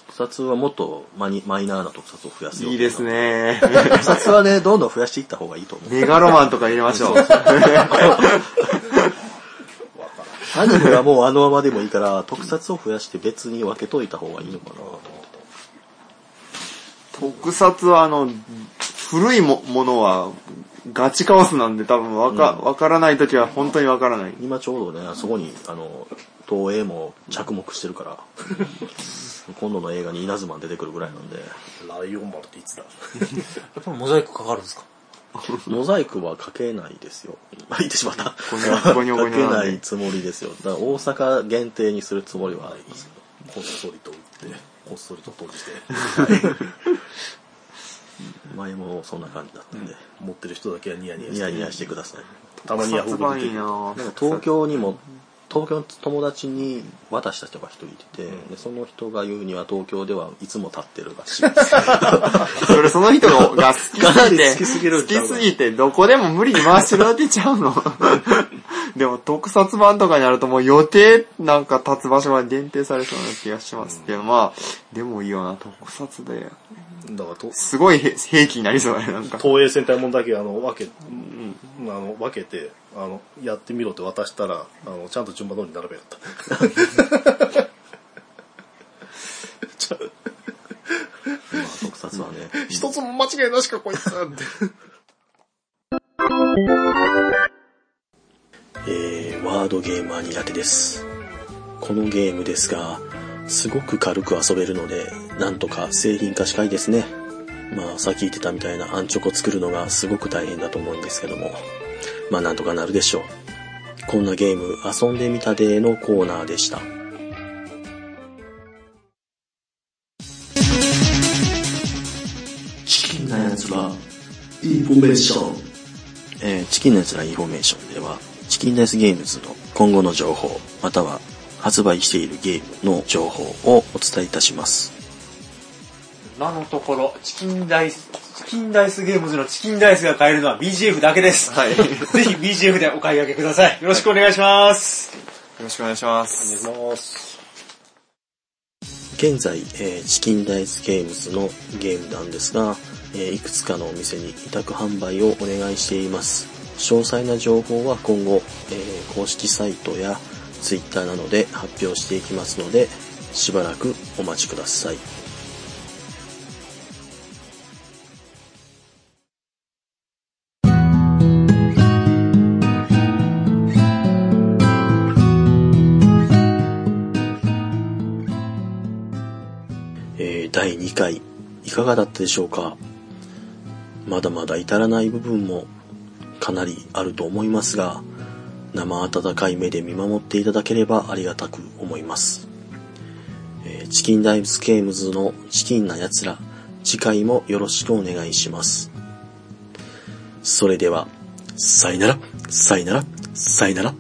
[SPEAKER 1] 特撮はもっとマニマイナーな特撮を増やすよ。
[SPEAKER 3] いいです。ね。
[SPEAKER 1] 特撮はね、どんどん増やしていった方がいいと思う。
[SPEAKER 3] メガロマンとか入れましょう。
[SPEAKER 1] アニメはもうあのままでもいいから、特撮を増やして別に分けといた方がいいのかなと思って。
[SPEAKER 3] 特撮はあの、古いもものはガチカオスなんで多分わか、わからないときは本当にわからない。
[SPEAKER 1] 今ちょうどね、あそこに、あの、東映も着目してる から、今度の映画に稲妻出てくるぐらいなんで、
[SPEAKER 5] ライオンマンってい つだ
[SPEAKER 4] やっぱモザイクかかるんですか
[SPEAKER 1] モザイクはかけないですよ。言ってしまった。
[SPEAKER 3] ゴニョゴニョゴ
[SPEAKER 1] か
[SPEAKER 3] ニ
[SPEAKER 1] け
[SPEAKER 3] ョな
[SPEAKER 1] なん
[SPEAKER 3] で
[SPEAKER 1] い。つもりですよ。だから大阪限定にするつもりはありますけど。
[SPEAKER 5] こっそりと売って、こっそりと閉じて、
[SPEAKER 1] 前もそんな感じだったんで、
[SPEAKER 5] 持ってる人だけはニヤニヤして
[SPEAKER 1] ニヤニヤしてください。
[SPEAKER 5] たまにヤフ
[SPEAKER 3] 発
[SPEAKER 5] オク
[SPEAKER 3] 売
[SPEAKER 5] で出
[SPEAKER 3] いい
[SPEAKER 5] てる。
[SPEAKER 3] な
[SPEAKER 8] なんか東京にも東京の友達に渡した人が一人いてて、でその人が言うには東京ではいつも立ってるらしいです
[SPEAKER 3] それその人が好き
[SPEAKER 8] かな
[SPEAKER 3] す
[SPEAKER 8] り
[SPEAKER 3] ぎて、
[SPEAKER 8] 好きすぎるん
[SPEAKER 3] 好
[SPEAKER 8] ちゃう
[SPEAKER 3] きすぎて、どこでも無理に回してるだけちゃう の。でも特撮版とかになるともう予定なんか立つ場所まで限定されそうな気がしますけど、まあ、でもいいよな、特撮で。
[SPEAKER 5] だからと、
[SPEAKER 3] すごいへ 兵器になりそうだね、なんか。
[SPEAKER 5] 東映戦隊もんだけあの分け、あの分けてあのやってみろって渡したらあのちゃんと順番通りに並べよった。
[SPEAKER 8] 特撮はね
[SPEAKER 5] 一つも間違いなしかこいつって。
[SPEAKER 1] えーワードゲームは苦手です。このゲームですが、すごく軽く遊べるので、なんとか製品化したいですね。まあ、さっき言ってたみたいなアンチョコ作るのがすごく大変だと思うんですけども、まあなんとかなるでしょう。こんなゲーム遊んでみたでのコーナーでした。
[SPEAKER 9] チキンな奴ら、インフォメーション。
[SPEAKER 1] えーチキンのやつらインフォメーションでは、チキンライスゲームズの今後の情報、または発売しているゲームの情報をお伝えいたします。
[SPEAKER 2] 今のところ、チキンダイス、チキンダイスゲームズのチキンダイスが買えるのは BGF だけです。
[SPEAKER 3] はい。よ
[SPEAKER 2] ぜひ BGF でお買い上げください。よろしくお願いします。
[SPEAKER 3] ろしくお願いします。
[SPEAKER 1] 現在、えーチキンダイスゲームズのゲームなんですが、えーいくつかのお店に委託販売をお願いしています詳細な情報は今後、えー公式サイトや Twitter などで発表していきますのでしばらくお待ちくださいえー第2回いかがだったでしょうかまだまだ至らない部分もかなりあると思いますが生温かい目で見守っていただければありがたく思います、えーチキンダイブスゲームズのチキンな奴ら次回もよろしくお願いしますそれではさいならさいならさいなら